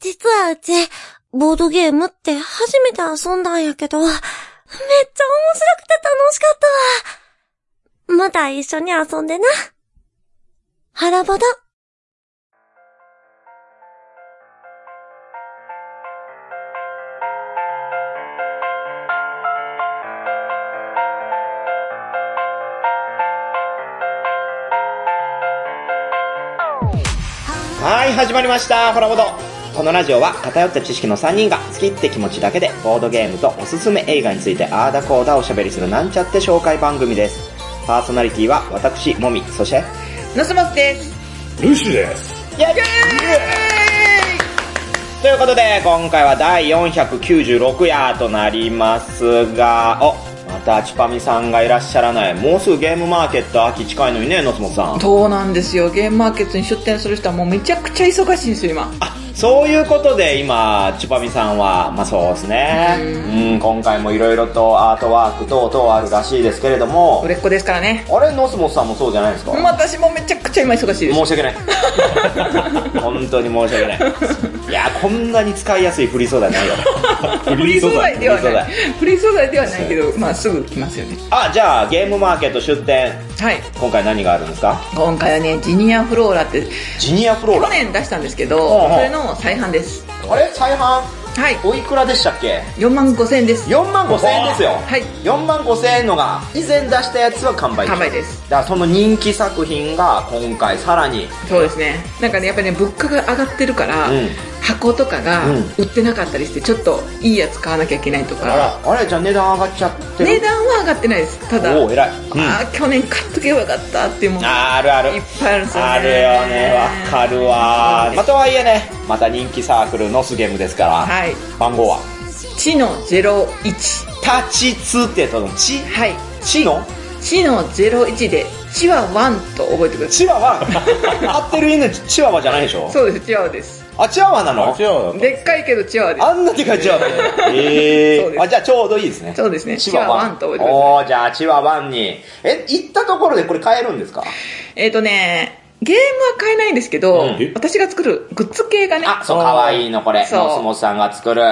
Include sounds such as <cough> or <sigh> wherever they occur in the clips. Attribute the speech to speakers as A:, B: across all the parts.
A: 実はうち、ボードゲームって初めて遊んだんやけど、めっちゃ面白くて楽しかったわ。また一緒に遊んでな。腹ばだ。
B: はい始まりましたホラボドこのラジオは偏った知識の3人が好きって気持ちだけでボードゲームとおすすめ映画についてあーだこーだおしゃべりするなんちゃって紹介番組ですパーソナリティは私もみそして
C: ナスマスです。
D: ルシュです。
B: イエイということで今回は第496夜となりますがおまたチュパミさんがいらっしゃらないもうすぐゲームマーケット秋近いのにね野本さん
C: そうなんですよ。ゲームマーケットに出店する人はもうめちゃくちゃ忙しいんですよ、今。
B: あそういうことで今チュパミさんはまあそうですねうん今回もいろいろとアートワーク等々あるらしいですけれども
C: 売れっ子ですからね。
B: あれノスモスさんもそうじゃないですか
C: 私もめちゃくちゃ今忙しいです。
B: 申し訳ない <laughs> 本当に申し訳ないいやこんなに使いやすいフリー素材ないよ
D: フ
C: フリー素材では
B: フリー素
C: ない。フリー素材ではないけど、まあすぐ来ますよね。
B: あじゃあゲームマーケット出店
C: はい。
B: 今回何があるんですか
C: 今回はね、ジニアフローラって、
B: ジニアフロー
C: 去
B: ラ
C: 年出したんですけ
B: ほう
C: ど、
B: ほう
C: それの再販です。
B: あれ再販
C: はい。
B: おいくらでしたっけ
C: 4万5千円です。
B: 4万5千円ですよ、
C: はい
B: 4万5千円のが以前出したやつは完売
C: 完売です
B: だからその人気作品が今回さらに
C: そうですね。なんかね、やっぱりね、物価が上がってるから、
B: うん
C: 箱とかが
B: うん
C: 売ってなかったりして、ちょっといいやつ買わなきゃいけないと
B: あ
C: か、
B: らあれじゃあ値段上がっちゃってる
C: 値段は上がってないです。ただ、
B: おお偉い、うん
C: あー去年買っとけばよかったっていうもの
B: あるある
C: いっぱいあるんですよね
B: あるよねわかるわまあとはいえねまた人気サークルのスゲームですから、
C: はい
B: 番号は
C: 知の01
B: 「たちつ」ってとの「ち」
C: はい
B: 「ち」の
C: 知の01でチワワンと覚えてく
B: 「
C: ださ
B: チワ
C: <laughs>
B: ワ」合ってる犬チワワじゃないでしょ
C: いそうですチワワです
B: あチワワなの
D: 違うの
C: でっかいけどチワワです
B: あんなでかいチワ
C: <laughs>
B: ワえ
C: そう
B: え
C: です
B: あじゃあちょうどいいですね
C: そうですね
B: チワワ
C: チワワンと覚えてください
B: おーじゃあチワワンにえ行ったところでこれ買えるんですか
C: えっ、とねゲームは買えないんですけど、
B: うん
D: え
C: 私が作るグッズ系がね
B: あそうかわいいのこれ
C: そう
B: モスモスさんが作る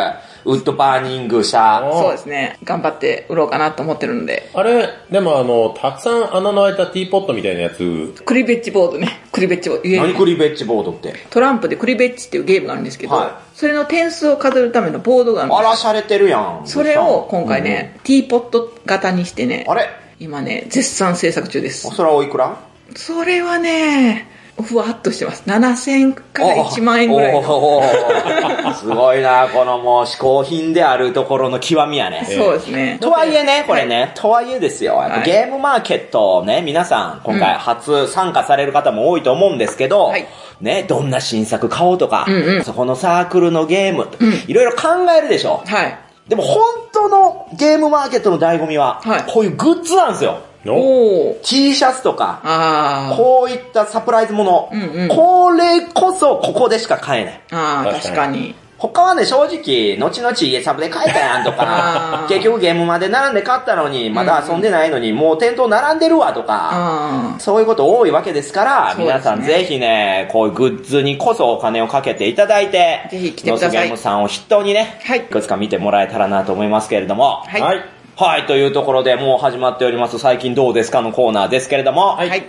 B: ウッドバーニング車
C: そうですね頑張って売ろうかなと思ってるので
D: あれ、でもあの、たくさん穴の開いたティーポットみたいなやつ、
C: クリベッジボードねクリベッジボード言え
B: 何
C: ない
B: クリベッジボードって
C: トランプでクリベッジっていうゲームがあるんですけど、
B: は
C: それの点数を飾るためのボードがあるんです
B: あらしゃれてるやん
C: それを今回ね、ティーポット型にしてね
B: うん、あれ
C: 今ね、絶賛制作中です。
B: それはおいくら
C: それはね、ふわっとしてます。7000から1万円ぐらい
B: おー
C: の。
B: おーすごいなこのもう嗜好品であるところの極みや
C: <laughs>
B: ね
C: そうですね。
B: <laughs> とはいえね、これね、とはいえですよ、やっぱ
C: はい
B: ゲームマーケットをね、皆さん、今回初参加される方も多いと思うんですけど、
C: はい
B: ね、どんな新作買おうとか、
C: うんうん
B: そこのサークルのゲーム、いろいろ考えるでしょ。
C: はい。
B: でも本当のゲームマーケットの醍醐味は、
C: はい
B: こういうグッズなんですよ。
D: の
C: おー。
B: T シャツとか、
C: あー。
B: こういったサプライズもの、
C: うんうん
B: これこそここでしか買えない。
C: あー、確
D: 確
C: か
D: か
C: に。
B: 他はね、正直、後々家サブで買えたやんと
C: <laughs> あ
B: か
C: ー、
B: 結局ゲームまで並んで買ったのに、まだ遊んでないのに、もう店頭並んでるわとか、
C: あ
B: そういうこと多いわけですから、
C: そうですね
B: 皆さんぜひね、こういうグッズにこそお金をかけていただいて、
C: ぜひ来てください
B: ノスゲームさんを筆頭にね、
C: はい
B: くつか見てもらえたらなと思いますけれども、
C: ー。は。
D: はいい。
B: はい、というところでもう始まっております、最近どうですかのコーナーですけれども、
C: はい
B: はい。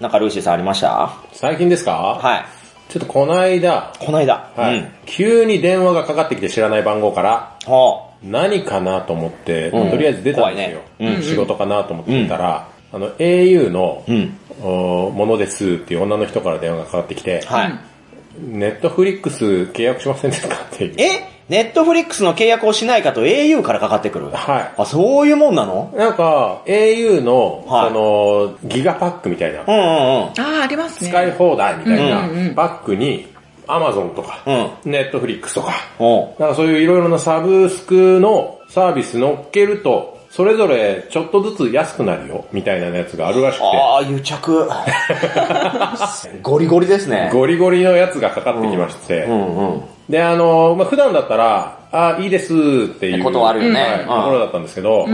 B: なんかルーシーさんありました
D: 最近ですか
B: はい。
D: い。ちょっとこの間、
B: この間。
D: は
B: うん
D: い。急に電話がかかってきて知らない番号から、
B: ほう
D: 何かなと思って、
B: うん
D: とりあえず出たんですよ。
B: 怖いねうん
D: 仕事かなと思って出たら、あの、au の、
B: うん
D: おものですっていう女の人から電話がかかってきて、
B: はい。
D: ネットフリックス契約しませんでしたかっていう。
B: えネットフリックスの契約をしないかと au からかかってくる
D: はい
B: あ、そういうもんなの
D: なんか、au の、
B: はい
D: その、ギガパックみたいな
B: う、んうんうん。
C: あー、ありますね。
D: 使い放題みた
B: う
D: いな、バックに、アマゾンとか、
B: う
D: ネットフリックスとか、
B: おう
D: なんかそういういろいろなサブスクのサービス乗っけると、それぞれちょっとずつ安くなるよ、みたいなやつがあるらしく
B: ああ、癒着。 <laughs> ゴリゴリですね
D: て、。ゴリゴリのやつがかかってきまして、
B: うんうん。
D: で、あの、まあ、普段だったら、あいいですっていう。
B: 断るよね
D: はい
B: うん
D: ところだったんですけど、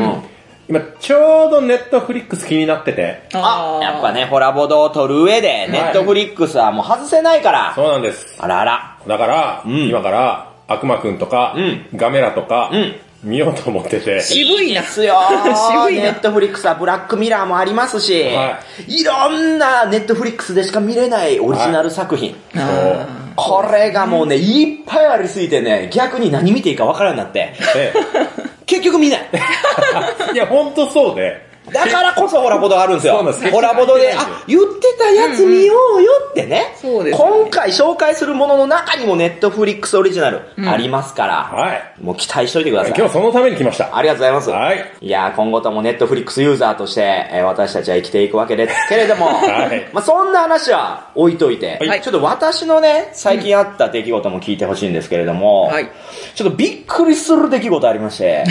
D: 今、ちょうどネットフリックス気になってて。
B: あ、やっぱ
C: ね。
B: ね、ホラボドを撮る上で、ネットフリックスはもう外せないから。
D: そうなんです。
B: あらあら。
D: だから、
B: ん
D: 今から、悪魔くんとか、
B: う
D: ガメラとか、
B: うん
D: 見ようと思ってて。
C: 渋いな。
B: ですよ
C: 渋い
B: ネ
C: な
B: ッ。トフリックスはブラックミラーもありますし、、
D: はい
B: ろんなネットフリックスでしか見れないオリジナル作品。
C: あ
B: これがもうね、いっぱいありすぎてね、逆に何見ていいかわからんな
D: <laughs>
B: って、
D: で
B: 結局見ない。
D: いや、ほんとそうで。
B: だからこそホラボドがあるんです
D: そうなん
B: よ
D: です。
B: ホラボドで、
D: 結局
B: あ、言ってたやつ見ようよってね。
C: そうですね
B: 今回紹介するものの中にもネットフリックスオリジナルありますから、
D: はい。
B: もう期待しといてください
D: 今。日そのために来ました。
B: ありがとうございます。
D: はい。
B: いやー今後ともネットフリックスユーザーとして、えー私たちは生きていくわけですけれども、
D: <laughs> はい
B: まあそんな話は置いといて、
C: はい
B: ちょっと私のね、最近あった出来事も聞いてほしいんですけれども、
C: はい
B: ちょっとびっくりする出来事ありま
C: <laughs>
B: して、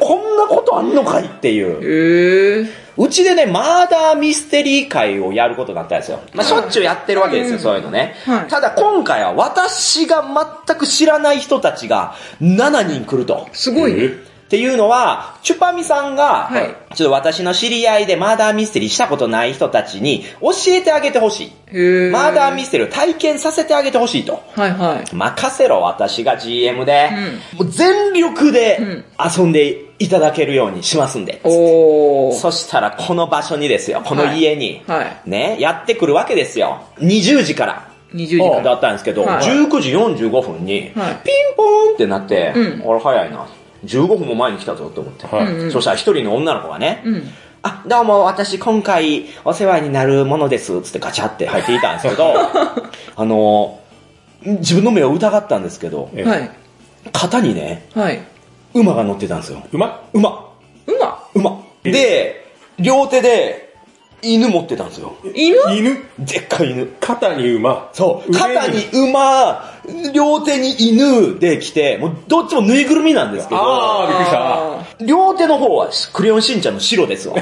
B: こんなことあんのかいっていう。
C: へえ。
B: うちでね、マーダーミステリー会をやることになったんですよ。まあ、しょっちゅうやってるわけですよ、そういうのね。
C: はい
B: ただ今回は私が全く知らない人たちが7人来ると。
C: すごいね。
B: っていうのは、チュパミさんが、
C: はい
B: ちょっと私の知り合いでマーダーミステリーしたことない人たちに教えてあげてほし
C: へ
B: い。
C: え。
B: マーダーミステリーを体験させてあげてほしいと。
C: はいはい。
B: 任せろ、私が GM で、もう全力で遊んでいただけるようにしますんで。
C: おー。
B: そしたら、この場所にですよ、この家に、
C: はいは
B: ね、やってくるわけですよ。20時から。
C: 20時か
B: だ
C: ら。
B: ったんですけど、
C: はい
B: 19時45分に、ピン
C: はい
B: ポーンってなって、
C: うん
B: あれ早いな。15分も前に来たぞと思って。
D: はい
C: うん
B: そしたら一人の女の子がね、
C: うん。
B: あ、どうも、私今回お世話になるものです、つってガチャって入っていたんですけ
D: <laughs>
B: ど、あの、自分の目を疑ったんですけど、
D: え
C: はい。
B: 肩にね、
C: はい。
B: 馬が乗ってたんですよ。
D: 馬
B: 馬
C: 馬
B: 馬で、両手で犬持ってたんですよ。
C: 犬
D: 犬
B: でっかい犬。
D: 肩に馬。
B: そう。
D: 上
B: 肩に馬、両手に犬で来て、もうどっちもぬいぐるみなんですけ
D: あー、
B: ど、
D: びっくりした。
C: あ
B: 両手の方はクレヨンしんちゃんの白です
D: <laughs>
B: わ。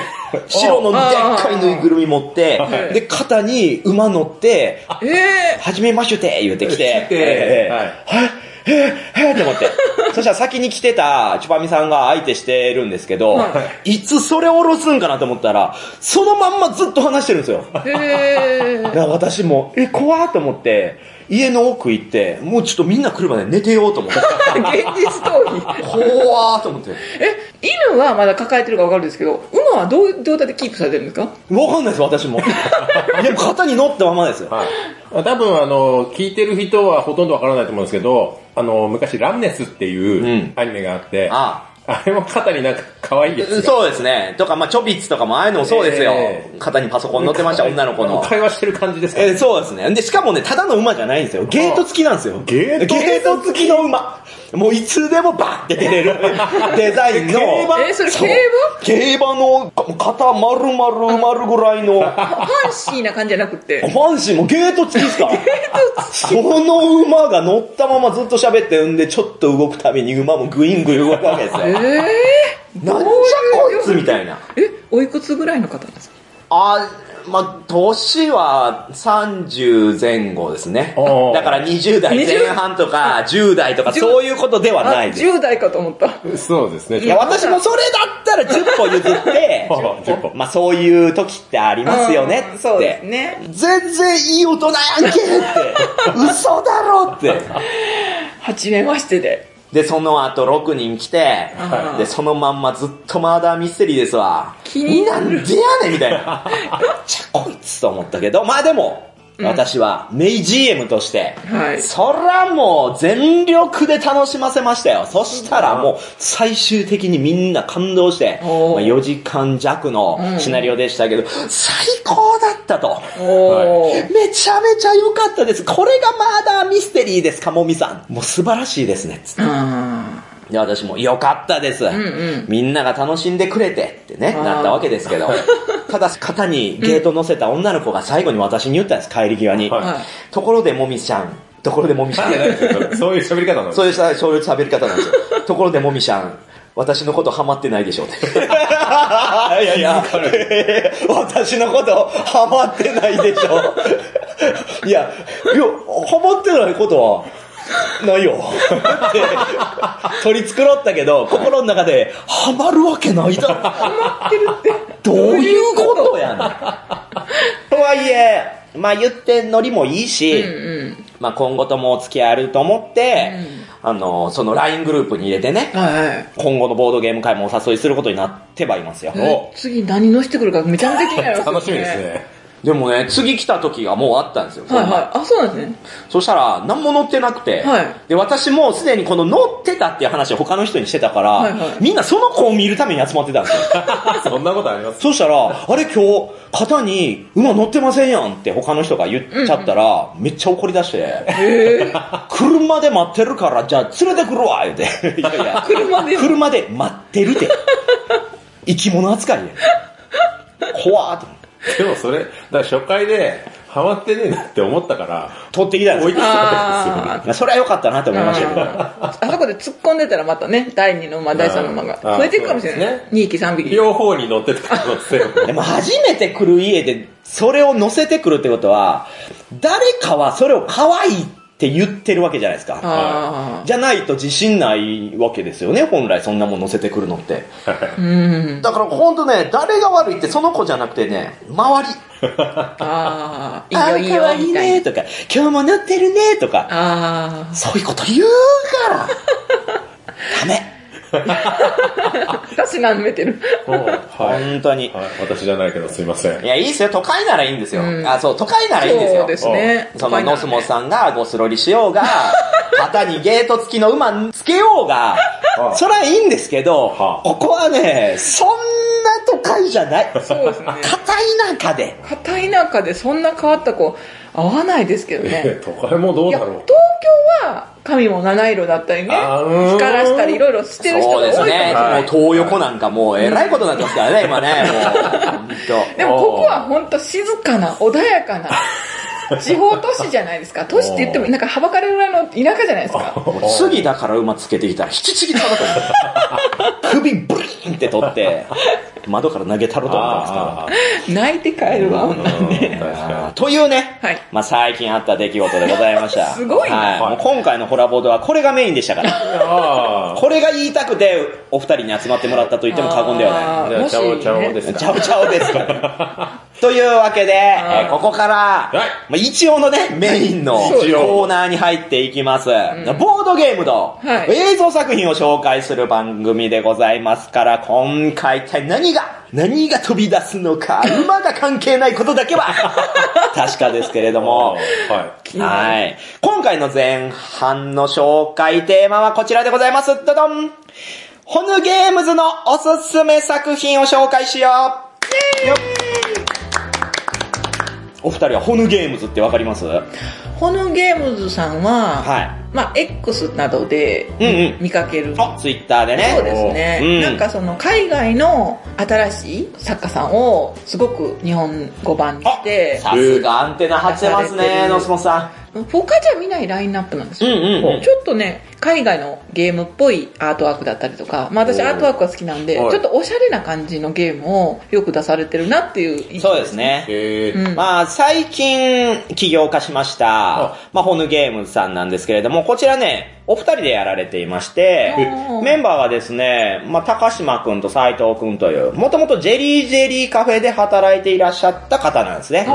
B: 白のでっかいぬいぐるみ持って
D: は、い
B: で、肩に馬乗って、
C: ー。え
B: はじめましゅて言うてきて
D: 来、て
B: えーえーえーえーえーって思って。 <laughs> そしたら先に来てたチュパミさんが相手してるんですけど、いつそれおろすんかなと思ったら、そのまんまずっと話してるんですよ。
C: ー。え
B: だから私も、え、怖っと思って、家の奥行って、もうちょっとみんな来るまで寝てようと思って。
C: ー。現実逃
B: <laughs>
C: 避。
B: 怖ーと思って。
C: え、犬はまだ抱えてるかわかるんですけど、馬はどう、どうやってキープされてるんですか
B: わかんないです、私も。 <laughs> いや、肩に乗ったままですよ。
D: はい。多分あの、聞いてる人はほとんどわからないと思うんですけど、あの、昔ラムネスっていう
B: うん
D: アニメがあって、
B: あ
D: あれも肩になんか可愛いですよ。
B: そうですね。とか、まあ、チョビッツとかもああいうのもそうですよ。
D: ええ
B: 肩にパソコン乗ってました、女の子の。
D: 会話してる感じですか、
B: えーそうですね。で、しかもね、ただの馬じゃないんですよ。ゲート付きなんですよ。
D: ゲート
B: ゲート付きの馬。もういつでもバッて出れ <laughs> るデザインの。
D: 競馬
C: えーそれ
B: う
C: 競
B: 競馬の肩丸々丸ぐらいの。
C: ファンシーな感じじゃなくて。
B: <laughs> ファンシーもゲート付きですから。その馬が乗ったままずっと喋ってんで、ちょっと動くたびに馬もグイングイ動くわけですよ。
C: え
B: なんじ
C: ー
B: ゃ
C: どう
B: こ
C: いう
B: いつみたいな。
C: え、おいくつぐらいの方なんですか
B: あーまあ、年は30前後ですね
D: お。ー
B: だから20代前半とか10代とか
C: 10
B: そういうことでは
C: あ、
B: ないです。
C: 10代かと思った。
D: そうですね。
B: いや、私もそれだったら10歩譲って、
C: <laughs>
D: 10歩10歩
B: まあそういう時ってありますよね
C: う
B: っ
C: ん
B: て。
C: そうですね。
B: 全然いい大人や
C: <laughs>
B: んけって。嘘だろって。
C: はじめましてで。
B: で、その後6人来て
C: は、い
B: で、そのまんまずっとマーダーミステリーですわ。
C: 気になる
B: んでやねんみたいな。なんじゃこいつと思ったけど、まあでも、私はメイ GM として、
C: はい
B: そらもう全力で楽しませましたよ。そしたらもう最終的にみんな感動して、まあ、
C: おー
B: 4時間弱のシナリオでしたけど、最高だったと。
C: おー。
B: めちゃめちゃ良かったです。これがマーダーミステリーですか、もみさん。もう素晴らしいですね。つって
C: あ
B: で、私も良かったです、
C: ん
B: みんなが楽しんでくれてってね、
C: あー
B: なったわけですけど。ただ、肩にゲート乗せた女の子が最後に私に言ったんです、帰り際に。
D: はい
C: ーはい。
B: ところでもみちゃん。ところで
D: <laughs>
B: もみちゃん。
D: そういう喋り方なの
B: そういうさそういう喋り方なん <laughs> ですよ。ところでもみちゃん。私のことハマってないでしょって。いやいや、 <laughs> 私のことハマってないでしょ。いや、いや、ハマってないことは、ない <laughs> よ。って取り繕ったけど、心の中で、ハマるわけないだろ。どういうことやねん。とはいえ、まあ言ってノリもいいし、
C: うんうん。
B: まあ今後ともお付き合いあると思って、あの、その LINE グループに入れてね、
C: はいはい。
B: 今後のボードゲーム会もお誘いすることになってはいますよ。
D: お
C: 次何のしてくるかめちゃめちゃ気になります、
D: <laughs> 楽しみです。ね。
B: でもね、次来た時がもうあったんですよ。
C: はいはい。あ、そうなんですね。
B: そしたら、何も載ってなくて、
C: はい
B: で、私もすでにこの載ってたっていう話を他の人にしてたから、
C: はいはい
B: みんなその子を見るために集まってたん
C: <laughs>
B: ですよ。
D: そんなことあり <laughs> ます
B: そしたら、あれ今日、型に馬乗ってませんやんって他の人が言っちゃったら、めっちゃ怒り出して、
C: へえ。
B: <laughs> 車で待ってるから、じゃあ連れてくるわ言う
C: <laughs>
B: て。いやいや、
C: 車
D: <laughs>
C: で。
B: <laughs> 車で待ってるって。
C: <laughs>
B: 生き物扱いやん。怖ーって。
D: でもそれ、だから初回で、ハマってねえなって思ったから、
B: 取ってきたん
D: 置
B: で
D: いてきたんですよ。
C: あ
B: すよ。それは良かったなって思いましたけど。
C: あーあそこで突っ込んでたらまたね、第2の馬、第3の馬が
D: あー
C: 増えていくかもしれない。
D: そうですね
C: 2匹、3匹。
D: 両方に乗ってた可能性も。
B: でも初めて来る家でそれを乗せてくるってことは、誰かはそれを可愛いって言ってるわけじゃないですか。
C: あ
B: じゃないと自信ないわけですよね、本来そんなもん乗せてくるのって。
C: あ。うん。
B: だから本当ね、誰が悪いってその子じゃなくてね、周り。
C: あ
B: あ
C: あ。いいよ、いいよ。
B: 可愛い
C: みたい
B: ね
C: な
B: とか、今日も乗ってるねとか、
C: あ
B: そういうこと言うから。ダメ。
C: あ。私なめてる。
D: はい。
B: 本当に。
D: はい。私じゃないけどすいません。
B: いや、いいですよ。都会ならいいんですよ。
C: うん
B: あ、そう、都会ならいいんですよ。
C: そうですね。
B: そのノスモ
C: ん。
B: さんがゴスロリしようが、 <laughs> 肩にゲート付きの馬つけようが
D: は、あ
B: そりゃいいんですけど、
D: はあ
B: ここはね、そんな都会じゃない。
C: そうですね
B: 硬い中で。
C: 片田舎でそんな変わった子、合わないですけどね。
D: 都会もどう
C: いや、
D: だろう
C: 東。京は髪も七色だったりね、
D: あー
C: 光らしたりいろいろしてる人が
B: そう
C: 多い
B: で
C: と
B: す
C: 思う。
B: ね。
D: はい
B: もう東横なんかもうえらいことになってますからね、今ね。もう、ほんと
C: でもここは本当静かな、穏やかな、
B: <laughs>
C: 地方都市じゃないですか。都市って言っても、なんかはばかれるぐらいの田舎じゃないですか。
B: もう次だから馬つけてきたら、七ちぎったろうと思って。首ブリーンって取って、窓から投げたろうと思ってますから。
D: ああ
C: 泣いて帰るわ。
D: ー、うん確
B: あー
D: か
B: というね、
C: はい
B: まあ最近あった出来事でございました。
C: すごいな
B: はい
D: はい
B: もう今回のホラボードはこれがメインでしたか
D: に。
B: ら。
D: ああ。
B: これが言いたくて、お二人に集まってもらったと言っても過言では
C: あー
D: じゃあ、ちゃおちゃおで
C: もし
D: す
B: ない。
D: か。
B: ちゃおちゃおですから。というわけで、えーここから、まあ、一応のね、メインの
D: そうです
B: コーナーに入っていきます。ボードゲームと
C: はい
B: 映像作品を紹介する番組でございますから、今回一体何が、何が飛び出すのか、馬が関係ないことだけは、確かですけれど <laughs> も、
D: は
B: はい。今回の前半の紹介テーマはこちらでございます。どどんホヌゲームズのおすすめ作品を紹介しようよっお二人はホヌゲームズってわかりますは
C: ホノゲームズさんは、
B: い。
C: まあ X などで
B: うんうん。
C: 見かける。
B: あ、ツイッターでね。
C: そうですね、
B: うん
C: なんかその海外の新しい作家さんをすごく日本語版に
B: あ
C: して、
B: さすがアンテナ張ってます
C: 出されて
B: ね、
C: る
B: ノスモさ
C: 他じゃ見ないラインナップなんです
B: ん。う
C: よ。
B: んうんうん。
C: ちょっとね、海外のゲームっぽいアートワークだったりとか、まあ私
D: おー
C: アートワークが好きなんで、
D: はい
C: ちょっとおしゃれな感じのゲームをよく出されてるなっていう印象
B: そうです。ね
D: い。。え
C: う
D: ー。
C: ん。
B: まあ、最近、起業化しました
D: あ、
B: まあ、ホヌゲームズさんなんですけれども、こちらね、お二人でやられていまして
C: お、ー
B: メンバーはですね、まあ、高島くんと斉藤くんという、もともとジェリージェリーカフェで働いていらっしゃった方なんですね。
C: お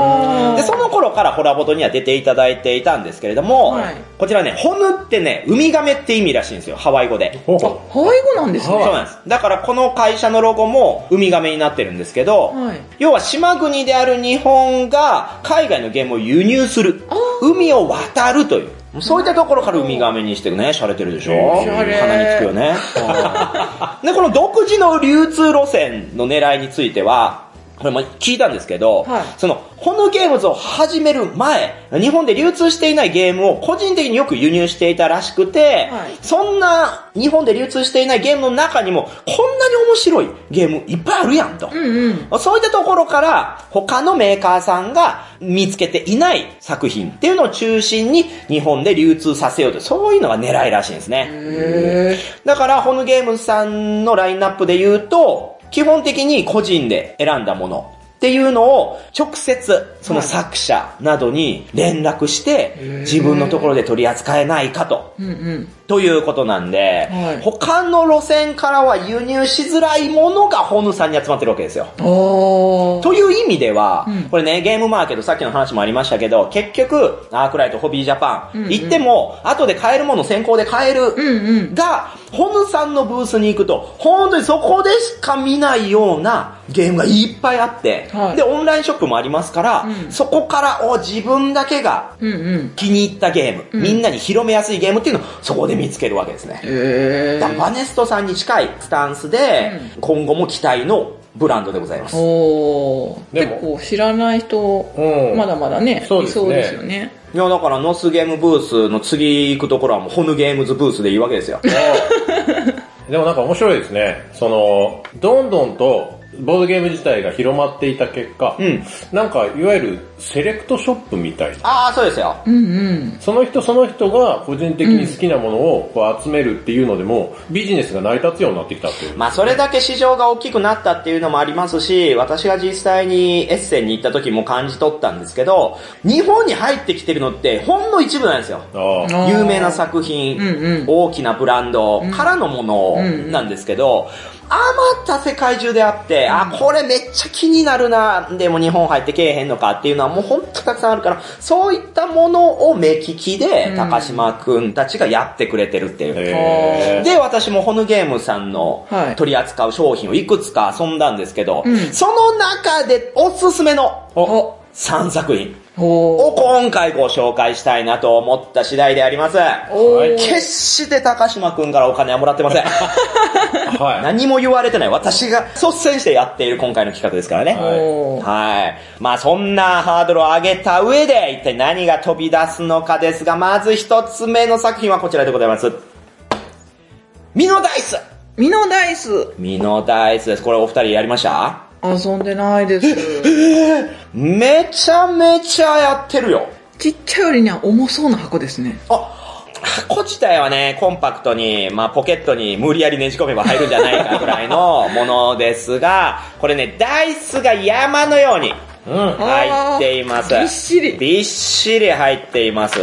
C: ー
B: で、その頃からホラボトには出ていただいていたんですけれども、
C: はい
B: こちらね、ホヌってね、ウミガメって意味らしいんですよ、ハワイ語で。
D: ほう
C: あ、ハワイ語なんです
B: そう
C: ね。
B: なんです。だからこの会社のロゴもウミガメになってるんですけど、
C: はい
B: 要は島国である日本が海外のゲームを輸入する
C: あ。
B: 海を渡るという。そういったところからウミガメにしてね、洒落てるでしょ
D: おし
B: 鼻
C: ゃ
B: に
C: れ
B: つくよね。で、この独自の流通路線の狙いについては、これも聞いたんですけど、
C: はい
B: その、ホヌゲームズを始める前、日本で流通していないゲームを個人的によく輸入していたらしくて、
C: はい
B: そんな日本で流通していないゲームの中にも、こんなに面白いゲームいっぱいあるやんと。
C: うんうん。
B: そういったところから、他のメーカーさんが見つけていない作品っていうのを中心に日本で流通させようという、そういうのが狙いらしいんですね。
C: へ
B: だから、ホヌゲームズさんのラインナップで言うと、基本的に個人で選んだもの。っていうのを直接その作者などに連絡して
C: ー
B: 自分のところで取り扱えないかと。
C: うんうん。
B: ということなんで、
C: はい
B: 他の路線からは輸入しづらいものがホヌさんに集まってるわけですよ。
C: おー。
B: という意味では、
C: うん
B: これね、ゲームマーケット、さっきの話もありましたけど、結局、アークライト、ホビージャパン、
C: うんうん
B: 行っても、後で買えるもの先行で買える、
C: うんうん。
B: が、ホヌさんのブースに行くと、本当にそこでしか見ないようなゲームがいっぱいあって、
C: はい
B: で、オンラインショップもありますから、
C: うん
B: そこから、お、自分だけが
C: うんうん。
B: 気に入ったゲーム、
C: うん
B: みんなに広めやすいゲームっていうのを、そこで見つけるわけですね。
C: へ
B: だからバ
C: ー。
B: ネストさんに近いスタンスで、今後も期待のブランドでございます。
C: おー。
D: でも
C: 結構知らない人、
D: うん
C: まだまだね、
D: そう
C: い
D: ですね
C: そうですよね。
B: いや、だから、ノスゲームブースの次行くところはもう、ホヌゲームズブースでいいわけですよ。
D: でもなんか面白いですね。その、どんどんと、ボードゲーム自体が広まっていた結果、
B: うん
D: なんかいわゆるセレクトショップみたいな。
B: ああ、そうですよ。
C: うんうん。
D: その人その人が個人的に好きなものをこう集めるっていうのでも、ビジネスが成り立つようになってきたっていう。
B: まあ、それだけ市場が大きくなったっていうのもありますし、私が実際にエッセンに行った時も感じ取ったんですけど、日本に入ってきてるのって、ほんの一部なんですよ。
D: ああ
C: あー
B: 有名な作品、
C: うんうん
B: 大きなブランドからのものなんですけど、あまた世界中であって、あ、これめっちゃ気になるな、でも日本入ってけえへんのかっていうのはもうほんとたくさんあるから、そういったものを目利きで、高島くんたちがやってくれてるっていう。
D: へー
B: で、私もホヌゲームさんの
C: はい
B: 取り扱う商品をいくつか遊んだんですけど、
C: うん
B: その中でおすすめの
D: お
B: 3作品
C: お
B: を今回ご紹介したいなと思った次第であります。
C: ー。お
D: はい
B: 決して高島くんからお金はもらってま <laughs> せん。
D: は
B: 何も言われてない。私が率先してやっている今回の企画ですからね。
D: は
C: おー。
B: はい。まあそんなハードルを上げた上で、一体何が飛び出すのかですが、まず一つ目の作品はこちらでございます。ミノダイス
C: ミノダイス、
B: ミノダイスです。これお二人やりました
C: 遊んでないです。
B: めちゃめちゃやってるよ。
C: ちっちゃいよりには重そうな箱ですね。
B: あ、箱自体はね、コンパクトに、まあポケットに無理やりねじ込めば入るんじゃないかぐらいのものですが、これね、ダイスが山のように
D: い。うん。
B: 入っています。
C: あーびっしり
B: びっしり入っています。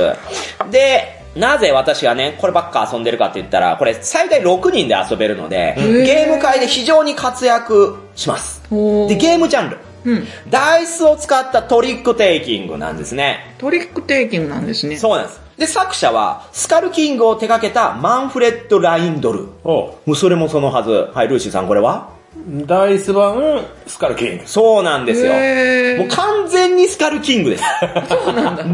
B: で、なぜ私がね、こればっか遊んでるかって言ったら、これ最大6人で遊べるので、
C: ー
B: ゲーム界で非常に活躍します。
C: おー
B: で、ゲームジャンル。
C: うん。
B: ダイスを使ったトリックテイキングなんですね。
C: トリックテイキングなんですね。
B: そうなんです。で、作者は、スカルキングを手掛けたマンフレッド・ラインドル。
D: お
B: もうそれもそのはず。はい、ルーシーさん、これは
D: ダイス版、スカルキング。
B: そうなんですよ。
C: へー
B: もう完全にスカルキング
C: <laughs>
B: です。ル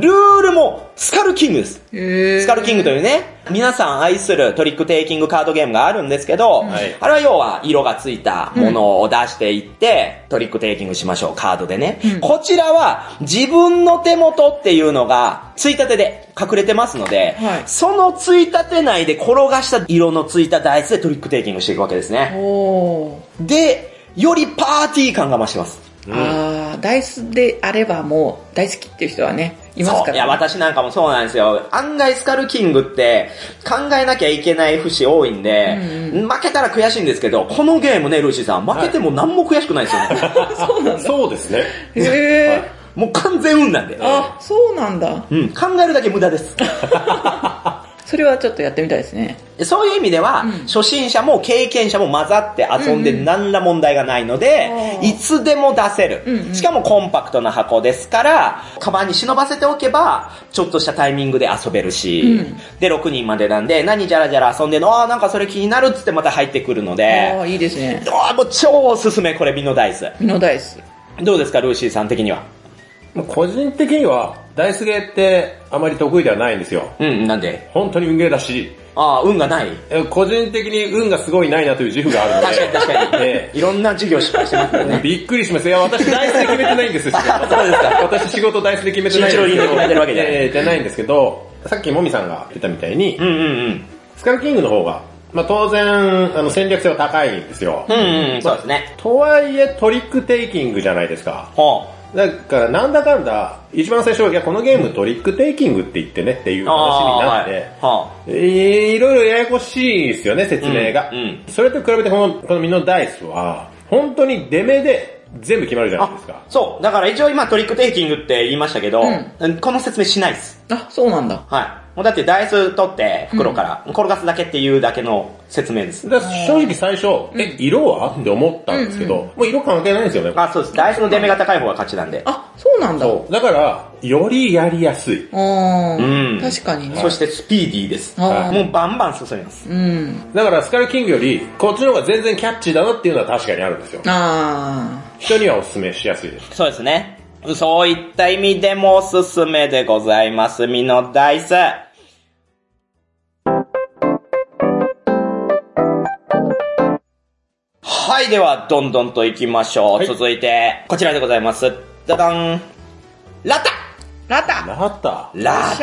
B: ールもスカルキングです。
C: へー
B: スカルキングというね、皆さん愛するトリックテイキングカードゲームがあるんですけど、
D: はい
B: あれは要は色がついたものを出していって、トリックテイキングしましょう、カードでね。
C: うん
B: こちらは自分の手元っていうのが、ついたてで隠れてますので、
C: はい
B: そのついたて内で転がした色のついたダイスでトリックテイキングしていくわけですね。
C: おー。
B: で、よりパーティー感が増してます。
C: あー、ダイスであればもう大好きっていう人はね、いますから、
B: そういや、私なんかもそうなんですよ。案外スカルキングって考えなきゃいけない節多いんで、
C: うん
B: 負けたら悔しいんですけど、このゲームね、ルーシーさん、負けても何も悔しくないですよね。
C: <laughs>
D: そうですね。
C: へー。
B: もう完全運なんで。
C: あ、そうなんだ。
B: うん、考えるだけ無駄です。
C: それはちょっとやってみたいですね。
B: そういう意味では、
C: ん
B: 初心者も経験者も混ざって遊んで
C: うんうん
B: 何ら問題がないので、
C: あー
B: いつでも出せる、
C: うんうん
B: しかもコンパクトな箱ですから、カバンに忍ばせておけば、ちょっとしたタイミングで遊べるし、
C: うん
B: で、6人までなんで、何じゃらじゃら遊んでんの、ああ、なんかそれ気になるっつってまた入ってくるの
C: あ
B: で、
C: ー、いいですね。
B: ああ、もう超おすすめ、これ、ミノダイス。
C: ミノダイス。
B: どうですか、ルーシーさん的には。
D: もう個人的には、ダイスゲーってあまり得意ではないんですよ。
B: うん、なんで
D: 本当に運ゲーだし、
B: ああ、運がない。
D: え個人的に運がすごいないなという自負があるの
B: 確か <laughs>
D: で
B: に。確かに。
D: え
B: いろんな授業失敗してますから <laughs>
D: え
B: ね。
D: <laughs> びっくりしました。いや、私、ダイスで決めてないんですよ。そうですか。私、仕事ダイスで決めてないん
B: 慎
D: です
B: 重に決めてるわけじゃない
D: ええじゃないんですけど、さっきもみさんが言ってたみたいに、
B: うんうん
D: スカルキングの方が、まあ当然、あの戦略性は高いんですよ。
B: うん。うんうん、そうですね。
D: とはいえ、トリックテイキングじゃないですか。
B: ほう。
D: だから、なんだかんだ、一番最初、いや、このゲームトリックテイキングって言ってねっていう話になって、
B: あーはい
D: いろいろややこしいですよね、説明が。
B: うんうん
D: それと比べてこの、このミノダイスは、本当に出目で、全部決まるじゃないです
B: あ
D: か。、
B: そう。だから一応今トリックテイキングって言いましたけど、うんこの説明しないです。
C: あ、そうなんだ。
B: はい。もうだってダイス取って袋から転がすだけっていうだけの説明です。
D: だから正直最初、え、色はって思ったんですけど、もう色関係ないんですよね。
B: あ、そうです。ダイスの出目が高い方が勝ちなんで。
C: あ、そうなんだ。う
D: そう。だから、よりやりやすい。
C: ー
B: うん
C: ん。確かにね
B: そ。してスピーディーです。も
C: あー
B: うバンバン進みます。
C: うん。
D: だから、スカルキングより、こっちの方が全然キャッチーだなっていうのは確かにあるんですよ。
C: あ
D: 人にはお勧めしやすいです。
B: そうですね。そういった意味でもおすすめでございます。ミノダイス。はい、では、どんどんと行きましょう。
D: はい
B: 続いて、こちらでございます。ダダン。ラタ
C: ー。ラタ
D: なった。
B: ラタ
C: おしゃれ
B: おし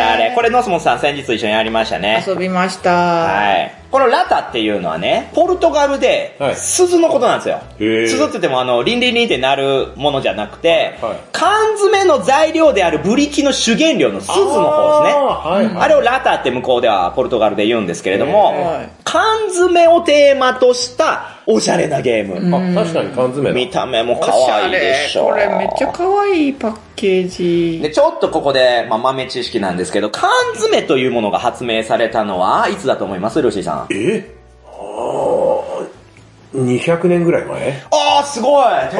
B: ゃれ。これ、ノスモンさん先日一緒にやりましたね。
C: 遊びました。
B: はい。このラタっていうのはね、ポルトガルで
D: は、い
B: 鈴のことなんですよ。
D: へー
B: 鈴って言っても、あの、リンリンリンってなるものじゃなくて、
D: はいはい
B: 缶詰の材料であるブリキの主原料の鈴の方ですね。
D: あーはいはい
B: あれをラタって向こうではポルトガルで言うんですけれども、
D: へー
C: はい
B: 缶詰をテーマとしたおしゃれなゲーム。
D: あ、確かに缶詰だ。
B: 見た目も
C: お
B: 可
C: しゃ
B: 愛いで
C: れ。
B: しょ。
C: これめっちゃ可愛いパッケージ。
B: で、ちょっとここで、まあ、豆知識なんですけど、缶詰というものが発明されたのは、いつだと思いますルーシーさん。
D: えあー200年ぐらい前
B: ああ、すごい天才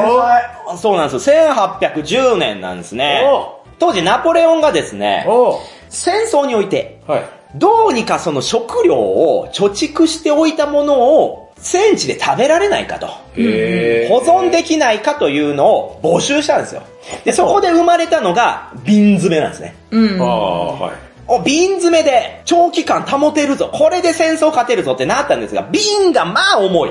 B: そうなんですよ。1810年なんですね
D: お。
B: 当時ナポレオンがですね、
D: おー
B: 戦争において、
D: はい。
B: どうにかその食料を貯蓄しておいたものを戦地で食べられないかと。
D: へ
B: 保存できないかというのを募集したんですよ。で、そこで生まれたのが瓶詰めなんですね。
C: うん
D: あ。あー、はい。
B: お、瓶詰めで長期間保てるぞ。これで戦争勝てるぞってなったんですが、瓶がまあ重い。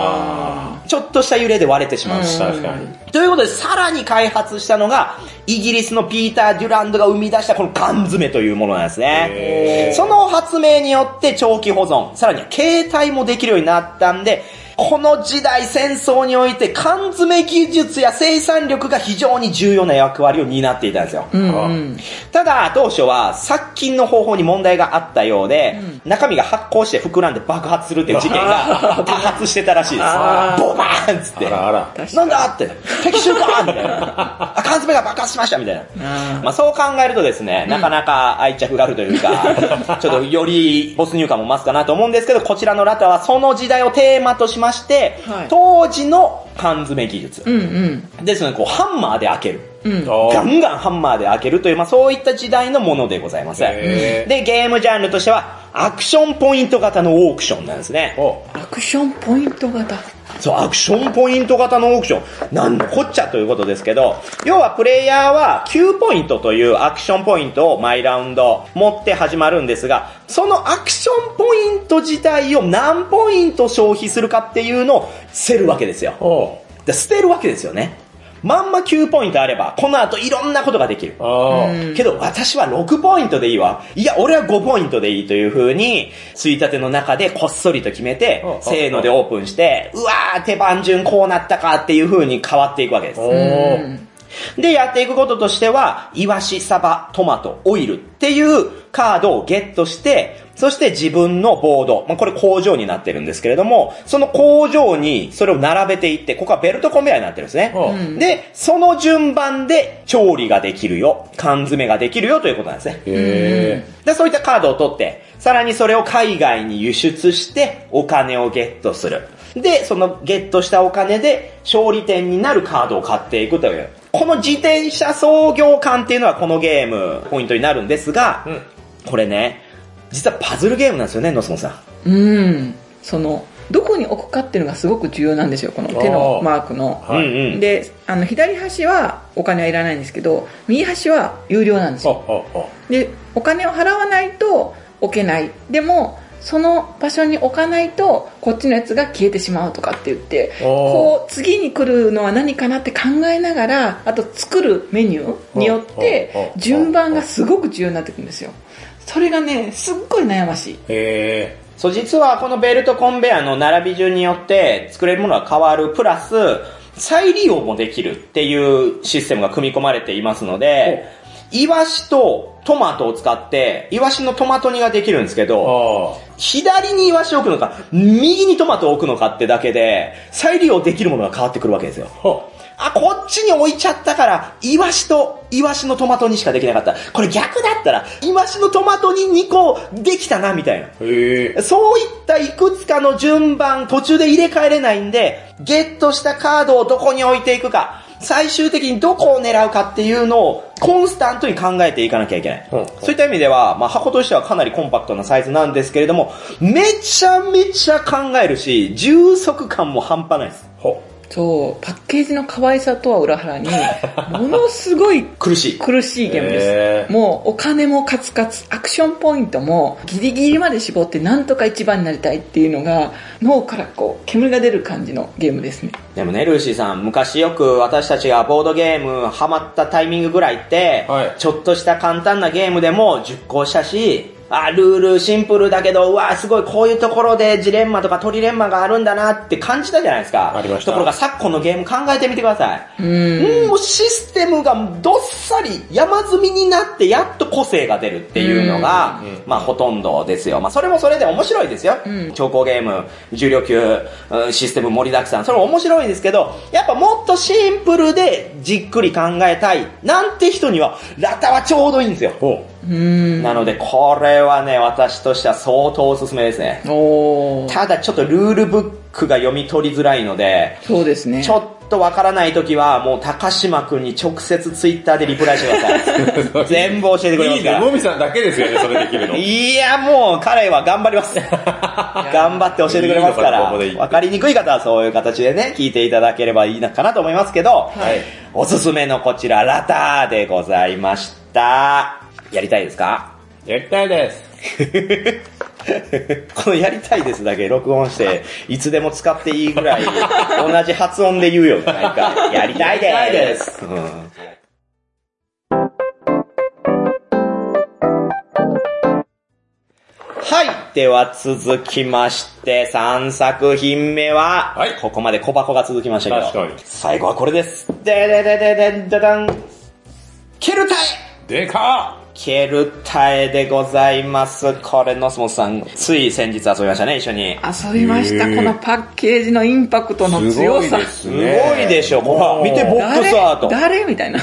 D: あ
B: ちょっとした揺れで割れてしまうし。
D: あ、確かに。
B: ということで、さらに開発したのが、イギリスのピーター・デュランドが生み出したこの缶詰というものなんですね
D: へ。ー
B: その発明によって長期保存、さらには携帯もできるようになったんで、この時代戦争において缶詰技術や生産力が非常に重要な役割を担っていたんですよ。
C: うん
B: ただ、当初は殺菌の方法に問題があったようで、中身が発酵して膨らんで爆発するっていう事件
C: <laughs>
B: が多発してたらしいです。
C: あー
B: ボバーンっつって。
D: あらあら。
C: 確か
B: なんだって、敵襲かみたいな。
C: <laughs>
B: あ、缶詰が爆発しましたみたいな。
C: うん
B: まあそう考えるとですね、なかなか愛着があるというか、 <laughs> ちょっとより没入感も増すかなと思うんですけど、こちらのラタはその時代をテーマとしまして、
C: はい
B: 当時の缶詰技術。
C: うんうん。
B: ですので、こう、ハンマーで開ける。
C: うん。
D: あー
B: ガンガンハンマーで開けるという、まあそういった時代のものでございます。
D: へー
B: で、ゲームジャンルとしては、アクションポイント型のオークションなんですね。
D: お
C: アクションポイント型。
B: そう、アクションポイント型のオークション。なんのこっちゃということですけど、要はプレイヤーは9ポイントというアクションポイントを毎ラウンド持って始まるんですが、そのアクションポイント自体を何ポイント消費するかっていうのを捨てるわけですよ。
D: お
B: で捨てるわけですよね。まんま9ポイントあれば、この後いろんなことができる。
D: ああ、
B: けど私は6ポイントでいいわ。いや、俺は5ポイントでいいという風に、ついたての中でこっそりと決めて
D: うん、
B: せーのでオープンして、うわー、手番順こうなったかっていう風に変わっていくわけです。
D: おー
B: で、やっていくこととしては、イワシ、サバ、トマト、オイルっていうカードをゲットして、そして自分のボード、まあ、これ工場になってるんですけれども、その工場にそれを並べていって、ここはベルトコンベヤーになってるんですね。
D: う
B: で、その順番で調理ができるよ、缶詰ができるよということなんですね。
D: へえ。
B: で、そういったカードを取って、さらにそれを海外に輸出して、お金をゲットする。で、そのゲットしたお金で、勝利点になるカードを買っていくという。この自転車創業感っていうのはこのゲーム、ポイントになるんですが、
D: うん
B: これね、実はパズルゲームなんですよね、ノスモンさん。
C: うん。その、どこに置くかっていうのがすごく重要なんですよ。この手のマークの。
D: はい
B: うんうん。
C: で、あの、左端はお金はいらないんですけど、右端は有料なんです
D: あ、あ、
C: よ。
D: あ。
C: で、お金を払わないと置けない。でも、その場所に置かないと、こっちのやつが消えてしまうとかって言って、
D: おー
C: こう、次に来るのは何かなって考えながら、あと作るメニューによっ
D: おー
C: て
D: お、ー
C: 順番がすごく重要になってくるんですよ。それがね、すっごい悩ましい。
D: へえ。
B: そう、実はこのベルトコンベアの並び順によって作れるものは変わる。プラス、再利用もできるっていうシステムが組み込まれていますので、イワシとトマトを使って、イワシのトマト煮ができるんですけど、
D: あ
B: 左にイワシを置くのか、右にトマトを置くのかってだけで、再利用できるものが変わってくるわけですよ。
D: あ。は
B: あ、こっちに置いちゃったから、イワシと、イワシのトマト煮しかできなかった。これ逆だったら、イワシのトマト煮2個できたな、みたいな。
D: へえ。
B: そういったいくつかの順番、途中で入れ替えれないんで、ゲットしたカードをどこに置いていくか、最終的にどこを狙うかっていうのをコンスタントに考えていかなきゃいけない。
D: うん
B: そういった意味では、まあ、箱としてはかなりコンパクトなサイズなんですけれども、めちゃめちゃ考えるし、充足感も半端ないです。
D: ほ。
C: そう、パッケージの可愛さとは裏腹
D: <laughs>
C: に、ものすごい
B: 苦しい。
C: 苦しいゲーム
D: へ
C: で
D: ー
C: す。もうお金もカツカツ、アクションポイントもギリギリまで絞ってなんとか一番になりたいっていうのが脳からこう煙が出る感じのゲームですね。
B: でもね、ルーシーさん、昔よく私たちがボードゲームハマったタイミングぐらいって、
D: はい
B: ちょっとした簡単なゲームでも熟考したし、あ、ルールシンプルだけど、うわ、すごい、こういうところでジレンマとかトリレンマがあるんだなって感じたじゃないですか。
D: ありまし
B: と
D: た
B: ころが昨今のゲーム考えてみてください。
C: うん。
B: もうシステムがどっさり山積みになってやっと個性が出るっていうのが、まあほとんどですよ。まあそれもそれで面白いですよ。
C: うん
B: 超高ゲーム、重量級、うんシステム盛りだくさん。それも面白いですけど、やっぱもっとシンプルでじっくり考えたいなんて人には、ラタはちょうどいいんですよ。
D: ほ。
C: うん。
B: なのでこれはね、私としては相当おすすめですね。
C: おー
B: ただちょっとルールブックが読み取りづらいので、
C: そうですね
B: ち。ょっとわからないときは、もう高島くんに直接ツイッターでリプライしてく
D: <laughs>
B: ださい。全部教えてくれま
D: い
B: す
D: い
B: か
D: ね。も
B: ら。
D: みさんだけですよね、それできるの。
B: いや、もう彼は頑張ります。頑張って教えてくれますか
D: いいの
B: ら。
D: かここで言って
B: わかりにくい方はそういう形でね、聞いていただければいいのかなと思いますけど、
D: い
B: おすすめのこちら、ラターでございました。やりたいですか
D: やりたいです。
B: このやりたいですだけ録音
D: <laughs>
B: して、いつでも使っていいぐらい、同じ発音で言うよ、なん
D: <laughs>
B: か。やりたいです。
D: やりたいです
B: うんはい。では続きまして、3作品目は、
D: はい
B: ここまで小箱が続きましたけど、
D: 確かに
B: 最後はこれです。ででででででだん。ケルタイ
D: でか
B: ケルタエでございます。これ、ノスモスさん、つい先日遊びましたね、一緒に。
C: 遊びました。
D: へー
C: このパッケージのインパクトの
D: っす
C: 強
D: ごい
C: さ
D: で。す
B: すご
D: ね。
B: いでしょ、ほら、見て、ボックスアート。
C: 誰みた <laughs> いな。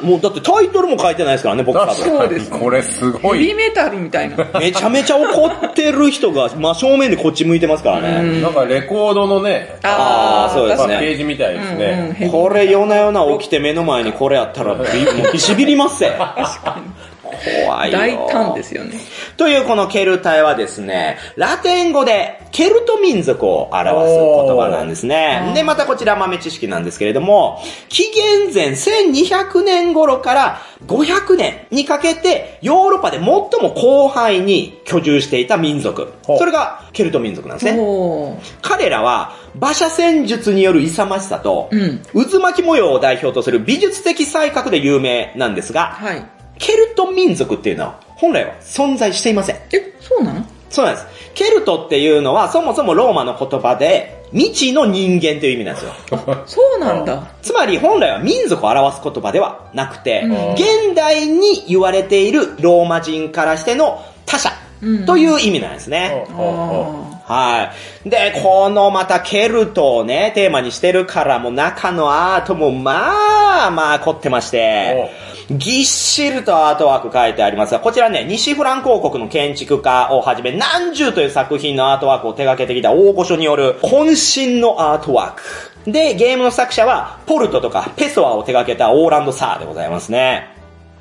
B: もう、だってタイトルも書いてないですからね、ボックスアー
C: そう
D: 確か
C: で
D: に、
C: す
D: これすご
C: ヘビ
D: い。
C: ーメタルみたい <laughs> な。
B: ト。めちゃめちゃ怒ってる人が真正面でこっち向いてますからね。
D: なんかレコードのね、パ
B: あーそうですね
D: ッケージみたいです
C: うんうん
D: ね。
C: ヘビー
B: これ、夜な夜な起きて目の前にこれやったら、びもうビシビります
C: <laughs>
B: よ。怖いよ。
C: 大胆ですよね。
B: というこのケルタイはですね、ラテン語でケルト民族を表す言葉なんですね。で、またこちら豆知識なんですけれども、紀元前1200年頃から500年にかけてヨーロッパで最も広範囲に居住していた民族。
D: ほう
B: それがケルト民族なんですね。
C: おー
B: 彼らは馬車戦術による勇ましさと、
C: うん
B: 渦巻き模様を代表とする美術的才覚で有名なんですが、
C: はい。
B: ケルト民族っていうのは本来は存在していません。
C: え、そうなの
B: そうなんです。ケルトっていうのはそもそもローマの言葉で未知の人間という意味なんですよ。
C: そうなんだ。
B: つまり本来は民族を表す言葉ではなくて、
C: うん
B: 現代に言われているローマ人からしての他者という意味なんですね。
D: ほうほうほう
C: あ
B: はい。で、このまたケルトをね、テーマにしてるから、もう中のアートもまあまあ凝ってまして、ぎっしりとアートワーク書いてありますが、こちらね、西フランク王国の建築家をはじめ、何十という作品のアートワークを手掛けてきた大御所による渾身のアートワーク。で、ゲームの作者は、ポルトとかペソアを手掛けたオーランドサーでございますね。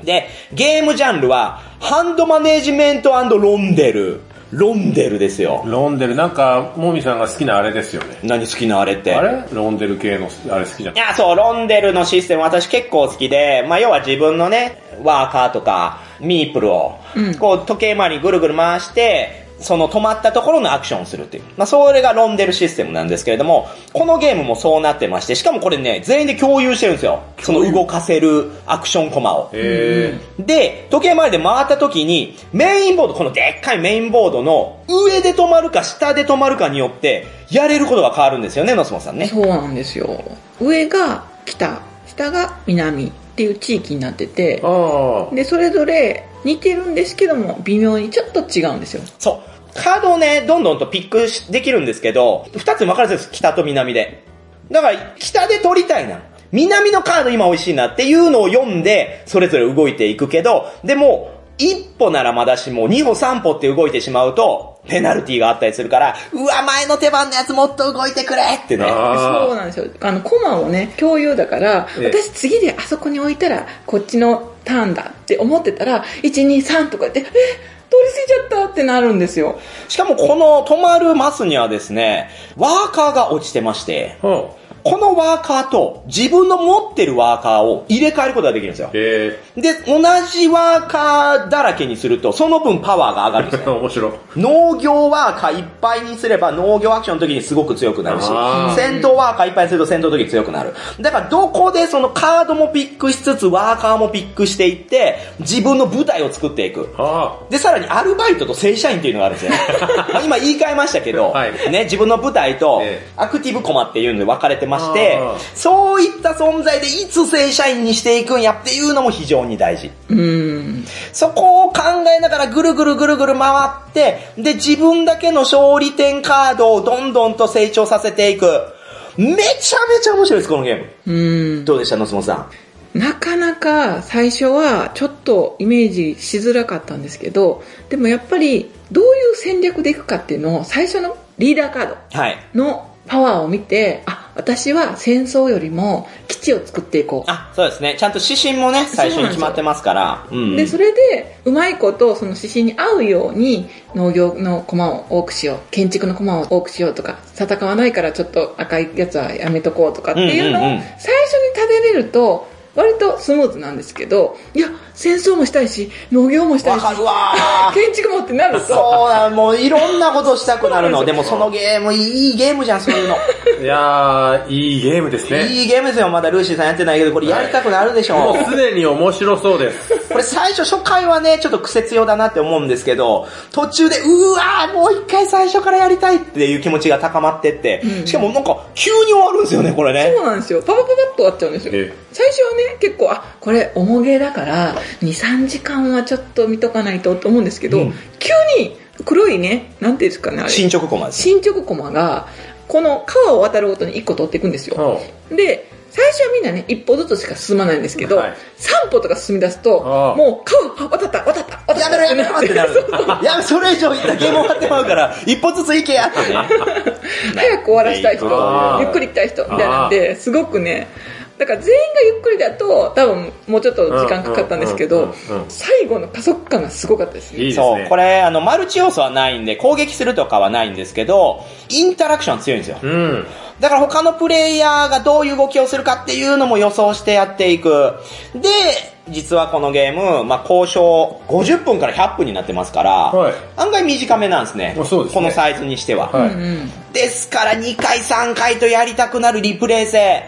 B: で、ゲームジャンルは、ハンドマネージメントロンデル。ロンデルですよ。
D: ロンデル、なんか、もみさんが好きなあれですよね。
B: 何好きなあれって。
D: あれロンデル系の、あれ好きじゃ
B: い
D: ない
B: や、そう、ロンデルのシステム私結構好きで、まあ、要は自分のね、ワーカーとか、ミープルを、
C: うん
B: こう、時計回りにぐるぐる回して、その止まったところのアクションをするっていう。まあ、それがロンデルシステムなんですけれども、このゲームもそうなってまして、しかもこれね、全員で共有してるんですよ。その動かせるアクションコマを。
D: へ
B: で、時計回りで回った時に、メインボード、このでっかいメインボードの上で止まるか下で止まるかによって、やれることが変わるんですよね、ノスモさん
C: あ。
B: ね。
C: そうなんですよ。上が北、下が南、っていう地域になってて
D: あ、あ。
C: で、それぞれ似てるんですけども、微妙にちょっと違うんですよ。
B: そう。カードをね、どんどんとピックしできるんですけど、二つに分かれてるんです。北と南で。だから、北で取りたいな。南のカード今美味しいなっていうのを読んで、それぞれ動いていくけど、でも、一歩ならまだしも、二歩三歩って動いてしまうと、ペナルティーがあったりするから、うわ、前の手番のやつもっと動いてくれってね。
D: あ
C: そうなんですよ。あの、コマをね、共有だから、
D: ええ
C: 私次であそこに置いたら、こっちのターンだって思ってたら、1、2、3とかって、え、通り過ぎちゃったってなるんですよ。
B: しかもこの止まるマスにはですね、ワーカーが落ちてまして、
D: あ。うん。
B: このワーカーと自分の持ってるワーカーを入れ替えることができるんですよ。
D: え
B: で、同じワーカーだらけにすると、その分パワーが上がるんです
D: ー、
B: よ。
D: 面白い。
B: <laughs> 農業ワーカーいっぱいにすれば農業アクションの時にすごく強くなるし
D: あー、
B: 戦闘ワーカーいっぱいにすると戦闘の時に強くなる。だからどこでそのカードもピックしつつワーカーもピックしていって、自分の舞台を作っていく。
D: あ
B: で、さらにアルバイトと正社員っていうのがあるんです <laughs> よ。まあ今言い換えましたけど、
D: はい
B: ね、自分の舞台と
D: ええ
B: アクティブコマっていうので分かれてまして
D: あー、
B: そういった存在でいつ正社員にしていくんやっていうのも非常に大事。
C: うん。
B: そこを考えながらぐるぐるぐるぐる回って、で、自分だけの勝利点カードをどんどんと成長させていく。めちゃめちゃ面白いです、このゲーム。
C: うん。
B: どうでした、のすもさん。
C: なかなか最初はちょっとイメージしづらかったんですけど、でもやっぱりどういう戦略でいくかっていうのを最初のリーダーカード
B: はい。
C: のパワーを見て、あ、私は戦争よりも基地を作っていこう。
B: あ、そうですね。ちゃんと指針もね、最初に決まってますから。うん
C: で、それで、うまいこと、その指針に合うように、農業の駒を多くしよう、建築の駒を多くしようとか、戦わないからちょっと赤いやつはやめとこうとかっていうのを
B: うんうんうん、
C: 最初に立てれると、割とスムーズなんですけど、いや、戦争もしたいし、農業もした
B: わ
C: いし
B: か、るわー。
C: <laughs> 建築もってなると、
B: そうなん、もういろんなことしたくなるの。でもそ
D: そう
B: の
D: なん
B: ゲーム、いいゲームじゃん、そういうの。
D: あ。いやー、いいゲームですね。
B: いいゲームですよ、まだルーシーさんやってないけど、これやりたくなるでしょ。
D: もうすでに面白そうです。
B: これ最初、初回はね、ちょっと癖強だなって思うんですけど、途中で、うわー、もう一回最初からやりたいっていう気持ちが高まってって、
C: うん
B: しかもなんか、急に終わるんですよね、これね。
C: そうなんですよ。パパパパッと終わっちゃうんですよ。
D: え
C: 最初はね、結構、あ、これ、重げだから、2、3時間はちょっと見とかないとと思うんですけど、
B: うん
C: 急に黒いね、なんていうんですかね、あれ。
B: 進捗コマです。
C: 進捗駒が、この川を渡るごとに1個取っていくんですよ。
D: うん
C: で、最初はみんなね、一歩ずつしか進まないんですけど、
D: はい
C: 三歩とか進み出すと、
D: ああ
C: もう川、あ渡った、渡った、渡った。
B: やめろやめろってなる。いや、それ以上いったらゲーム終わってまうから、一歩ずつ行けやってね。
C: <laughs> 早く終わらせたい人
D: あ、あ
C: ゆっくり行きたい人、みたいなんで、すごくね、だから全員がゆっくりだと、多分もうちょっと時間かかったんですけ
D: うん
C: ど
D: うんうんうん、
C: 最後の加速感がすごかったですね。
D: いいです
B: そう、
D: ね。
B: これ、あの、マルチ要素はないんで、攻撃するとかはないんですけど、インタラクション強いんですよ。
D: うん。
B: だから他のプレイヤーがどういう動きをするかっていうのも予想してやっていく。で、実はこのゲーム、まあ、交渉50分から100分になってますから、
D: はい
B: 案外短めなんですね。
D: あそうです
B: こ
D: ね
B: のサイズにしては。
D: は
C: う
D: い。
C: ん
B: ですから2回3回とやりたくなるリプレイ性、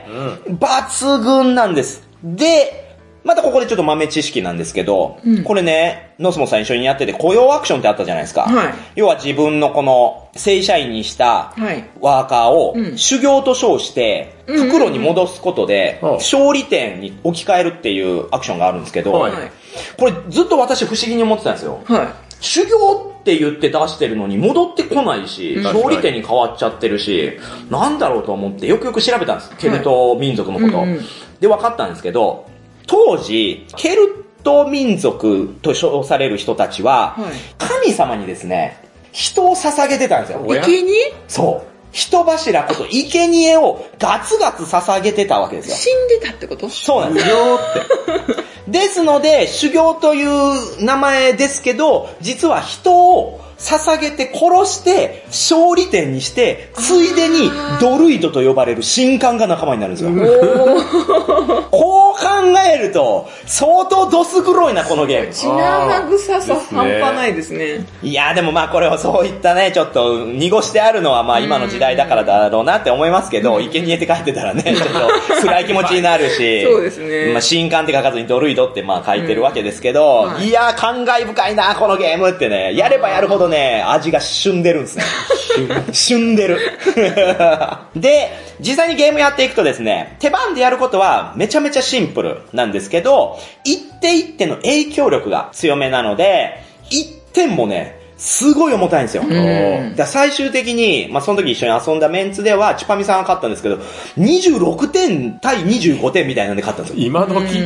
B: 抜群なんです。で、またここでちょっと豆知識なんですけど、
C: うん
B: これね、ノスモさん一緒にやってて雇用アクションってあったじゃないですか。
C: はい
B: 要は自分のこの正社員にした
C: はい
B: ワーカーを
C: うん
B: 修行と称して
C: うんうんうん
B: 袋に戻すことで
D: うん
B: 勝利点に置き換えるっていうアクションがあるんですけど、
D: はい
C: はい。
B: これずっと私不思議に思ってたんですよ。
C: は
B: 修行って言って出してるのに戻ってこないし、
C: うん
B: 勝利点に変わっちゃってるし、なんだろうと思ってよくよく調べたんです。ケルト民族のこと。
C: うんうん
B: で、分かったんですけど、当時、ケルト民族と称される人たちは、
C: はい
B: 神様にですね、人を捧げてたんですよ。
D: おや
C: い。池に
B: そう。人柱こと生贄をガツガツ捧げてたわけですよ。
C: 死んでたってこと
B: そうなんですよ。って。 <laughs> ですので、修行という名前ですけど、実は人を捧げて殺して、勝利点にして、ついでにドルイドと呼ばれる神官が仲間になるんですよ。こう考えると、相当ドス黒いな、このゲーム。
C: 血生臭さ半端ないですね。
B: いやーでもまあこれをそういったね、ちょっと濁してあるのはまあ今の時代だからだろうなって思いますけど、生贄って書いてた
C: <laughs>
B: らね、ちょっと辛い気持ちになるし、
C: そうですね
B: まあ新刊って書かずにドルイドってまあ書いてるわけですけど、
C: うんはい
B: いやー感慨深いな、このゲームってね、やればやる
C: <laughs>
B: ほどね、味が旬でるんですね。旬でる。で、実際にゲームやっていくとですね、手番でやることはめちゃめちゃシンプルなんですけど、一手一手の影響力が強めなので、一点もね、すごい重たいんですよ。
C: ん
B: だから最終的に、まあ、その時一緒に遊んだメンツでは、チュパミさんが勝ったんですけど、26点対25点みたいなんで勝ったんですよ。
D: 今時、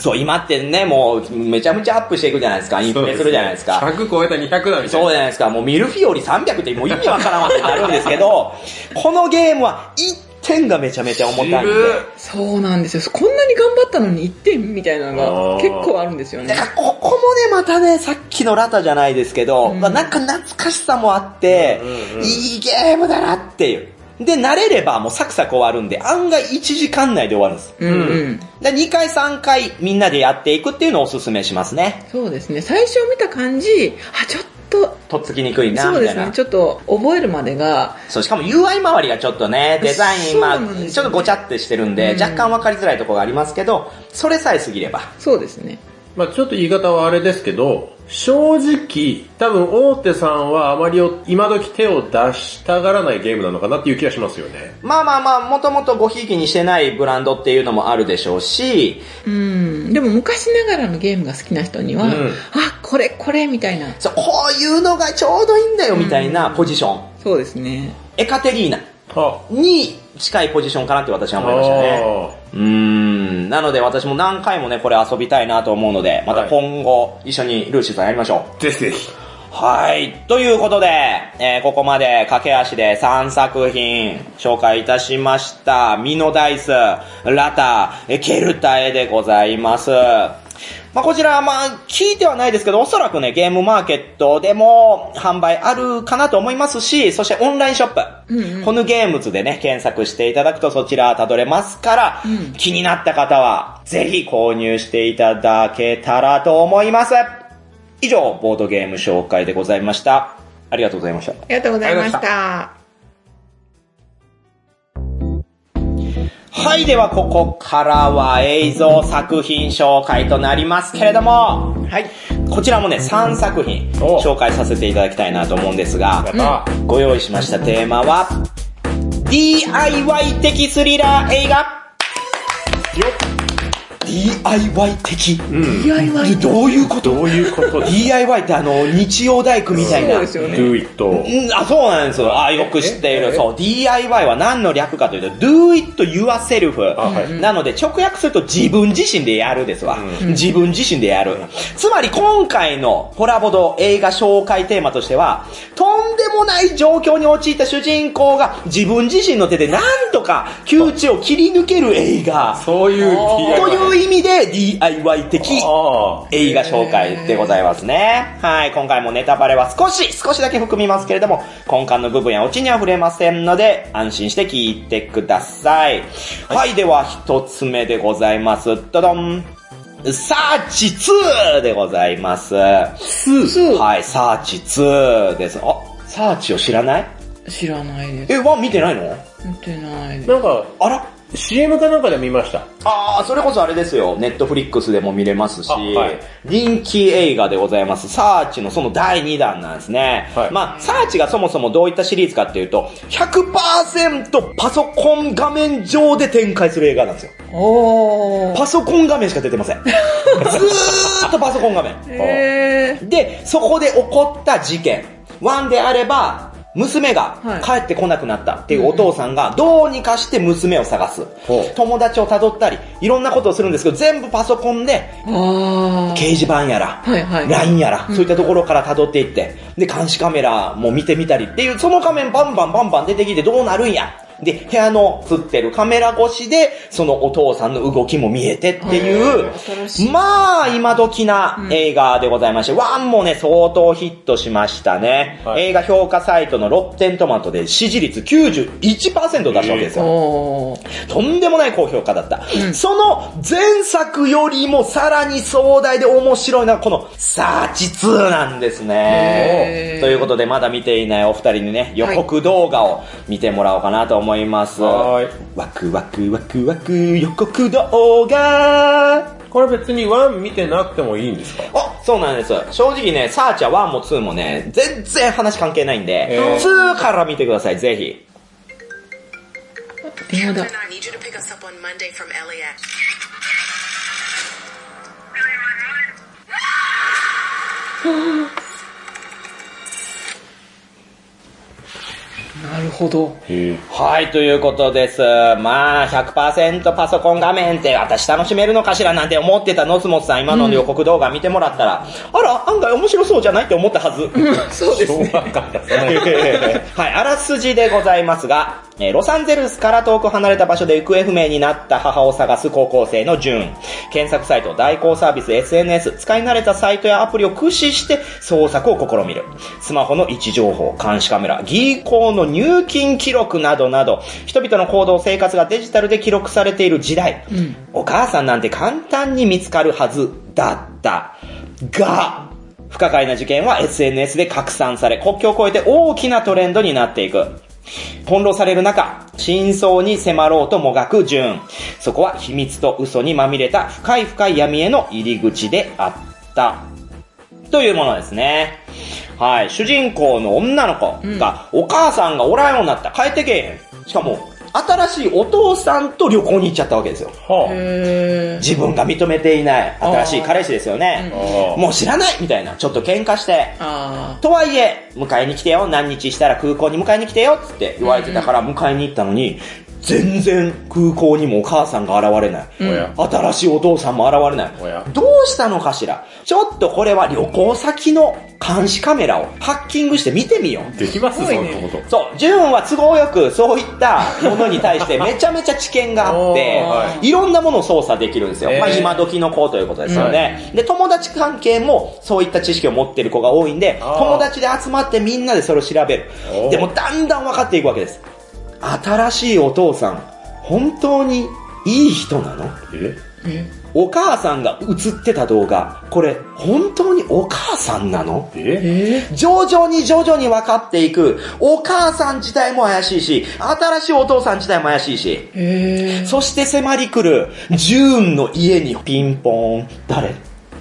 B: そう、今ってね、もう、めちゃめちゃアップしていくじゃないですか。インフレするじゃないですか。
E: 100超えた200だみたいな。
B: そうじゃないですか。もうミルフィオリ300ってもう意味わからんわってなるんですけ
C: <laughs>
B: ど、このゲームは1点がめちゃめちゃ重たいんで。
C: そうなんですよ。こんなに頑張ったのに1点みたいなの
D: あー
C: が結構あるんですよ
B: だ
C: ね
B: か。らここもね、またね、さっきのラタじゃないですけど、
C: うん
B: まあなんか懐かしさもあって、
D: うんうん
B: いいゲームだなっていう。で、慣れればもうサクサク終わるんで、案外1時間内で終わるんです。
C: うんうん。
B: で、2回3回みんなでやっていくっていうのをおすすめしますね。
C: そうですね。最初見た感じ、あ、ちょっと、
B: とっつきにくいな、
C: そう
B: み
C: で
B: た
C: す
B: いな。
C: ね。ちょっと覚えるまでが、
B: そう、しかも UI 周りがちょっとね、デザイン、
C: そう
B: まあ、
C: なんですよね
B: ちょっとごちゃってしてるんで、
C: うん
B: 若干わかりづらいところがありますけど、それさえ過ぎれば。
C: そうですね。
D: まあちょっと言い方はあれですけど、正直、多分大手さんはあまりお今時手を出したがらないゲームなのかなっていう気がしますよね。
B: まあまあまあ、もともとごひいきにしてないブランドっていうのもあるでしょうし、
C: うん。でも昔ながらのゲームが好きな人には、
D: うん
C: あ、これ、これ、みたいな。
B: そう、こういうのがちょうどいいんだよ、みたいなポジション。
C: そうですね。
B: エカテリーナ
D: は
B: に近いポジションかなって私は
D: あ
B: 思いましたね。
D: あ
B: うーん。なので私も何回もね、これ遊びたいなと思うので、また今後、一緒にルーシーさんやりましょう。
D: ーぜひぜひ。
B: はい。ということで、えーここまで駆け足で3作品紹介いたしました。ミノダイス、ラタ、えーケルタエでございます。まあ、こちら、まあ、聞いてはないですけど、おそらくね、ゲームマーケットでも販売あるかなと思いますし、そしてオンラインショップ、
C: うんうん
B: このゲームズでね、検索していただくとそちらたどれますから、
C: うん
B: 気になった方は、ぜひ購入していただけたらと思います。以上、ボードゲーム紹介でございました。ありがとうございました。
C: ありがとうございまし
E: あり
C: た。
B: はい、ではここからは映像作品紹介となりますけれども、はい、こちらもね、3作品
D: お
B: 紹介させていただきたいなと思うんです
D: ま
B: が、
D: た、
B: ご用意しましたテーマは、DIY 的スリラー映画
D: よ
B: DIY 的
D: っ。うん。
C: DIY
B: どういうこと
D: どういうことだ
B: ?DIY ってあの、日曜大工みたいな。
C: そうですよね。
D: ?do it.
B: うんあ、そうなんですよ。あ、よく知っている。
D: え
B: そう。DIY は何の略かというと、do it yourself。
D: あはい
B: なので、直訳すると自分自身でやるですわ。
D: うん
B: 自分自身でやる。つまり、今回のコラボド映画紹介テーマとしては、とんでもない状況に陥った主人公が自分自身の手でなんとか窮地を切り抜ける映画。
D: そういう
B: と
D: DIY。
B: いう意味で DIY 的
D: ああ。
B: 映画紹介でございますね。はい、今回もネタバレは少し、少しだけ含みますけれども、根幹の部分やオチには触れませんので、安心して聞いてください。はい、では一つ目でございます。どどん。サーチ2でございます。
C: 2
B: はい、サーチ2です。あ、サーチを知らない
C: 知らないです。
B: え、1見てないの
C: 見てないです。
D: なんか、
B: あら
D: CM かなんかで見ました。
B: ああ、それこそあれですよ。ネットフリックスでも見れますし、
D: あはい
B: 人気映画でございます。サーチのその第2弾なんですね。
D: はい
B: まあ、サーチがそもそもどういったシリーズかっていうと、100%パソコン画面上で展開する映画なん
D: <laughs>
B: ですよ。
C: おー。
B: パソコン画面しか出てません。ずーっとパソコン画面。
C: え
B: で、そこで起こった事件。ワンであれば、娘が
C: はい
B: 帰ってこなくなったっていうお父さんがどうにかして娘を探す
D: ほう。
B: 友達を辿ったり、いろんなことをするんですけど、全部パソコンで
C: ー。
B: 掲
C: あー。
B: 示板やら、
C: はいはい。
B: LINE やら、そういったところから辿っていって、で、監視カメラも見てみたりっていう、その画面バンバンバンバン出てきてどうなるんや。で、部屋の映ってるカメラ越しで、そのお父さんの動きも見えてっていう
C: へー新し、い
B: まあ、今時な映画でございまして、ワンもね、相当ヒットしましたね。
D: はい
B: 映画評価サイトのロッテントマトで支持率91%出したわけですよ。
C: おー。
B: とんでもない高評価だった。
C: ん
B: その前作よりもさらに壮大で面白いのがこのサーチ2なんですね
C: へ。ー
B: ということでまだ見ていないお二人にね、予告動画を見てもらおうかなと思います。
D: はーい
B: ワクワクワクワク予告動画
D: これ別に1見てなくてもいいんですか
B: あ、そうなんです。正直ね、サーチは1も2もね、全然話関係ないんで、
D: えー
B: 2から見てください、ぜひ。
C: 電話だ
E: Captain, I need you to pick us up on Monday from LAX.
C: なるほど。
B: はい、ということです。まあ、100%パソコン画面って私楽しめるのかしらなんて思ってたのつもつさん、今の予告動画見てもらったら、あら、案外面白そうじゃないって思ったはず。
C: そうですね。
B: はい、あらすじでございますが、えーロサンゼルスから遠く離れた場所で行方不明になった母を探す高校生のジューン。検索サイト、代行サービス、SNS、使い慣れたサイトやアプリを駆使して捜索を試みる。スマホの位置情報、監視カメラ、銀行の入金記録などなど、人々の行動、生活がデジタルで記録されている時代。お母さんなんて簡単に見つかるはずだった。が、不可解な事件は SNS で拡散され、国境を越えて大きなトレンドになっていく。翻弄される中、真相に迫ろうともがくジューン。そこは秘密と嘘にまみれた深い深い闇への入り口であった。というものですね。はい。主人公の女の子が、お母さんがおらんようになった。帰ってけえへん。しかも、新しいお父さんと旅行に行っちゃったわけですよ。
D: は
C: へ
B: 自分が認めていない新しい彼氏ですよね。
D: あ
B: もう知らないみたいな。ちょっと喧嘩して。
C: ーあ
B: とはいえ、迎えに来てよ、何日したら空港に迎えに来てよ、つって言われてたから迎えに行ったのに、全然空港にもお母さんが現れない。
D: おや
B: 新しいお父さんも現れな
D: おや
B: い。どうしたのかしらちょっとこれは旅行先の監視カメラをハッキングして見てみよう。
D: できます
C: すご
D: そ
C: い
D: ん
C: ね
D: なこと。
B: そう、ジューンは都合よくそういったものに対
D: <laughs>
B: してめちゃめちゃ知見があっ
D: おーは
B: て、いろんなものを操作できるんですよ。
D: えー
B: まあ今時の子ということですよね。で、友達関係もそういった知識を持ってる子が多いんで、
D: あー
B: 友達で集まってみんなでそれを調べる
D: お。ー
B: でもだんだん分かっていくわけです。新しいお父さん、本当にいい人なの
D: え
C: ーえ
B: お母さんが映ってた動画、これ本当にお母さんなの
D: え
C: え
B: 徐々に徐々に分かっていく。お母さん自体も怪しいし、新しいお父さん自体も怪しいし。
C: ーえー
B: そして迫り来る、ジューンの家にピンポーン、誰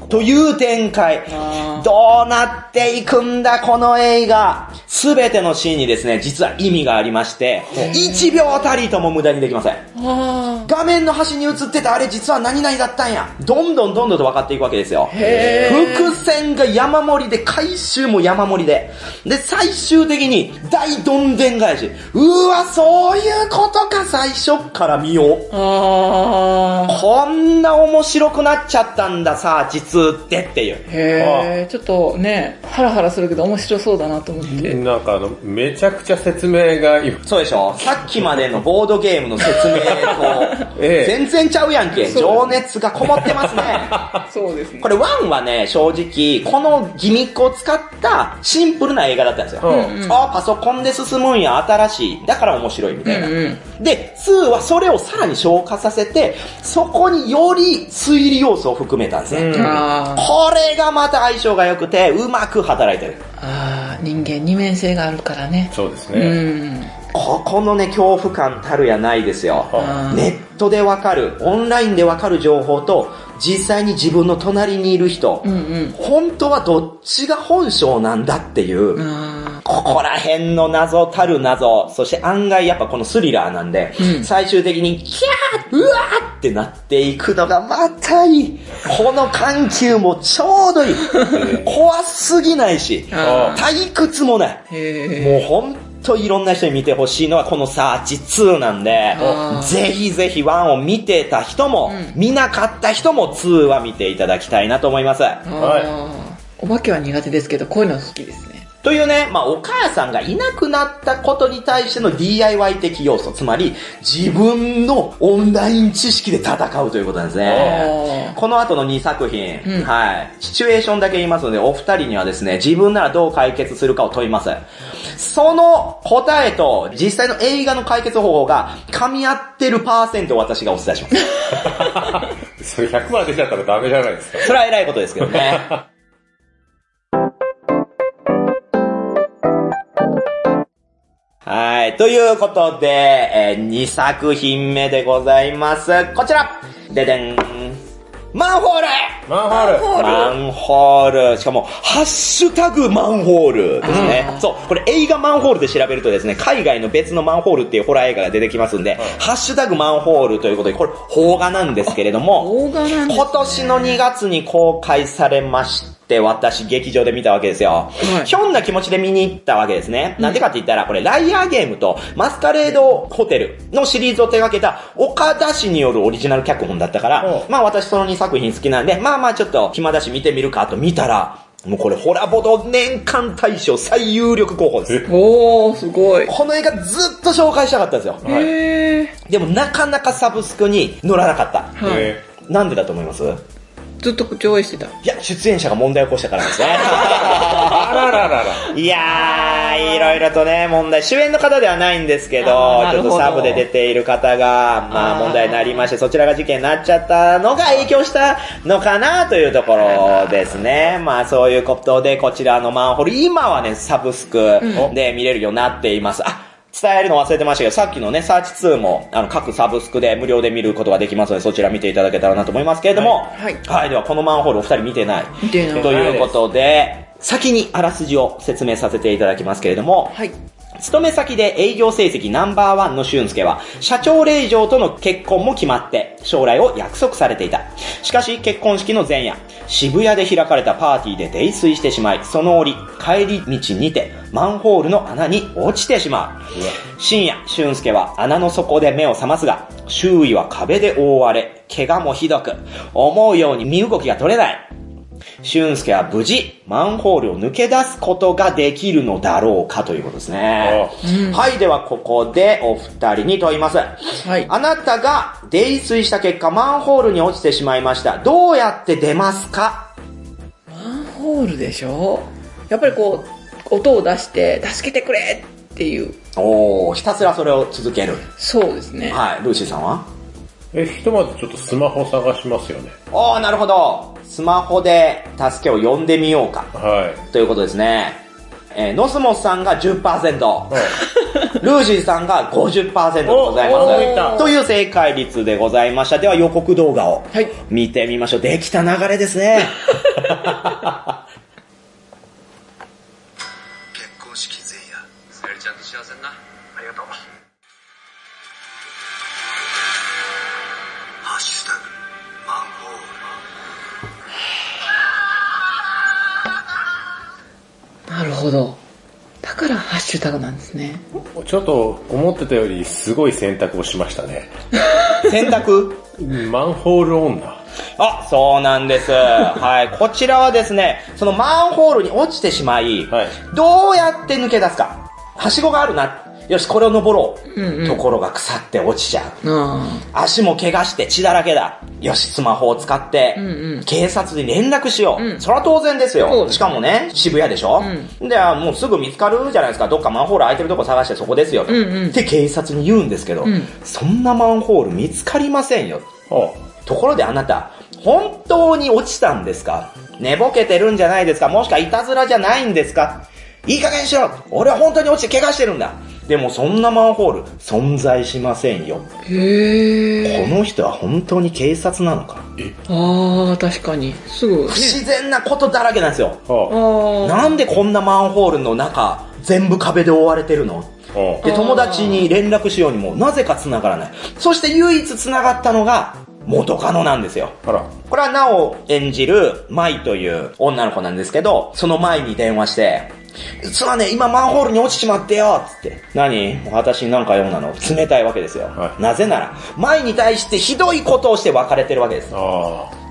B: という展開
C: あー。
B: どうなっていくんだ、この映画。すべてのシーンにですね、実は意味がありまして、1秒たりとも無駄にできません。
C: あ
B: 画面の端に映ってたあれ実は何々だったんや。どんどんどんどんと分かっていくわけですよ。
C: へー
B: 伏線が山盛りで、回収も山盛りで。で、最終的に大どんでん返し。うわ、そういうことか、最初っから見よう。
C: ーあー
B: こんな面白くなっちゃったんださ、実ってっていう。
C: へえ、ちょっとね、ハラハラするけど面白そうだなと思って。
D: なんかあの、めちゃくちゃ説明が今、、
B: そうでしょさっきまでのボードゲームの説明と
D: <laughs> ええ
B: 全然ちゃうやんけ。
C: そう
B: 情熱がこもって
D: <laughs>
B: ますね。
C: そうですね
B: こ。れ1はね、正直、このギミックを使ったシンプルな映画だったんですよ。
D: うん
B: あ、パソコンで進むんや、新しい。だから面白いみたいな。
C: うんうん
B: で、2はそれをさらに消化させて、そこにより推理要素を含めたんですね。
D: うん
C: あー
B: これがまた相性が良くて、うまく働いてる。
C: あー、人間二面性があるからね。
D: そうです
C: う
D: ね。
C: ん。
B: ここのね、恐怖感たるやないですよ。
D: は
C: あー
B: ネットでわかる、オンラインでわかる情報と、実際に自分の隣にいる人、
C: うんうん。
B: 本当はどっちが本性なんだっていう、
C: あ
B: ここら辺の謎たる謎、そして案外やっぱこのスリラーなんで、
C: うん
B: 最終的にキャーうわーってなっていくのがまたいい。この緩急もちょう
C: <laughs>
B: どいい。怖すぎないし、
C: あ
B: 退屈もない。
C: ー。へ
B: も
C: え。
B: うほんといろんな人に見てほしいのはこのサーチ2なんで
C: あー、
B: ぜひぜひ1を見てた人も、見なかった人も2は見ていただきたいなと思います。
C: あーお化けは苦手ですけど、こういうの好きですね。
B: というね、まあ、お母さんがいなくなったことに対しての DIY 的要素、つまり、自分のオンライン知識で戦うということなんですね。
C: お
B: この後の2作品、
C: うん
B: はい。シチュエーションだけ言いますので、お二人にはですね、自分ならどう解決するかを問います。その答えと、実際の映画の解決方法が、噛み合ってるパーセントを私がお伝えします。
D: い。それ100万出ちゃったらダメじゃないですか。
B: それは偉いことですけどね。はい。ということで、え2作品目でございます。こちらででんマンホール
D: マンホール
B: マンホール。しかも、ハッシュタグマンホールですね。そう、これ映画マンホールで調べるとですね、海外の別のマンホールっていうホラー映画が出てきますんで、ハッシュタグマンホールということで、これ、邦画なんですけれども、
C: 大柄なんですね
B: 今年の2月に公開されまして、私、劇場で見たわけですよ。
C: い
B: ひょんな気持ちで見に行ったわけですね。なんでかって言ったら、これ、ライアーゲームとマスカレードホテルのシリーズを手掛けた、岡田氏によるオリジナル脚本だったから
D: う、
B: まあ私その2作品好きなんで、まあまあちょっと暇だし見てみるかと見たら、もうこれ、ホラボド年間大賞最有力候補です。
C: おー、すごい。
B: この映画ずっと紹介したかったんですよ。
D: はい
C: へー。
B: でもなかなかサブスクに乗らなかった。
C: はい
D: え
B: なんでだと思います
C: ずっと上映してた。
B: いや、出演者が問題を起こしたからなんですね。
D: ーあらららら。
B: いやー、いろいろとね、問題、主演の方ではないんですけど、ち
C: あーな
B: ょ
C: る
B: っ
C: ほ
B: と
C: ど
B: サブで出ている方が、まあ
C: あー
B: 問題になりまして、そちらが事件になっちゃったのが影響したのかなというところですね。まあそういうことで、こちらのマンホール、今はね、サブスクで見れるようになっています。あ伝えるの忘れてましたけど、さっきのね、サーチ2も、あの、各サブスクで無料で見ることができますので、そちら見ていただけたらなと思いますけれども、
C: はいはい
B: はい、ではこのマンホールお二人見てない。
C: 見てない
B: ということで、先にあらすじを説明させていただきますけれども、
C: はい。
B: 勤め先で営業成績ナンバーワンの俊介は、社長令嬢との結婚も決まって、将来を約束されていた。しかし、結婚式の前夜、渋谷で開かれたパーティーで泥酔してしまい、その折、帰り道にて、マンホールの穴に落ちてしまう。深夜、俊介は穴の底で目を覚ますが、周囲は壁で覆われ、怪我もひどく、思うように身動きが取れない。俊介は無事、マンホールを抜け出すことができるのだろうかということですね。はい、ではここでお二人に問います。
C: はい
B: あなたが泥酔した結果、マンホールに落ちてしまいました。どうやって出ますか
C: マンホールでしょやっぱりこう、音を出して、助けてくれっていう。
B: おー、ひたすらそれを続ける。
C: そうですね。
B: はい、ルーシーさんは
D: え、ひとまずちょっとスマホ探しますよね。
B: おー、なるほど。スマホで助けを呼んでみようか。
D: はい。
B: ということですね。えーノスモスさんが10%、ルーシーさんが50%でござい
D: おおい
B: ま
D: た
B: す。という正解率でございました。では予告動画を
C: はい
B: 見てみましょう。できた流れですね。
F: 結婚式前夜すりちゃんと幸せになありがとうハッシュタグマンホール
C: なるほど。だからハッシュタグなんですね。
D: ちょっと思ってたよりすごい選択をしましたね。
B: 選択
D: マンホール女。
B: あ、そうなんです。はい。こちらはですね、そのマンホールに落ちてしまい、
D: はい
B: どうやって抜け出すか。はしごがあるな。よし、これを登ろう。
C: うんうん
B: ところが腐って落ちちゃう。
C: あ
B: 足も怪我して血だらけだ。よし、スマホを使って、
C: うんうん
B: 警察に連絡しよう。
C: うん
B: そりゃ当然ですよ。
C: そうですね
B: しかもね、渋谷でしょ、で、あもうすぐ見つかるじゃないですか。どっかマンホール空いてるとこ探してそこですよ。と
C: うんうん
B: で、警察に言うんですけど、
C: ん
B: そんなマンホール見つかりませんよ。
D: お
B: ところであなた、本当に落ちたんですか寝ぼけてるんじゃないですかもしくはいたずらじゃないんですかいい加減にしろ俺は本当に落ちて怪我してるんだでもそんなマンホール存在しませんよ。
C: あ。へえ。
B: この人は本当に警察なのか、
C: ああ、確かに。すぐね
B: 不。自然なことだらけなんですよ。
D: お
C: ああ。
B: なんでこんなマンホールの中、全部壁で覆われてるの
D: お
B: で、友達に連絡しようにも、なぜか繋がらない。そして唯一繋がったのが、元カノなんですよ。
D: あら。
B: これはなお演じる、舞という女の子なんですけど、その舞に電話して、実はね、今マンホールに落ちちまってよつって。何私になんか用なの冷たいわけですよ。
D: はい
B: なぜなら、舞に対してひどいことをして別れてるわけです。
D: あ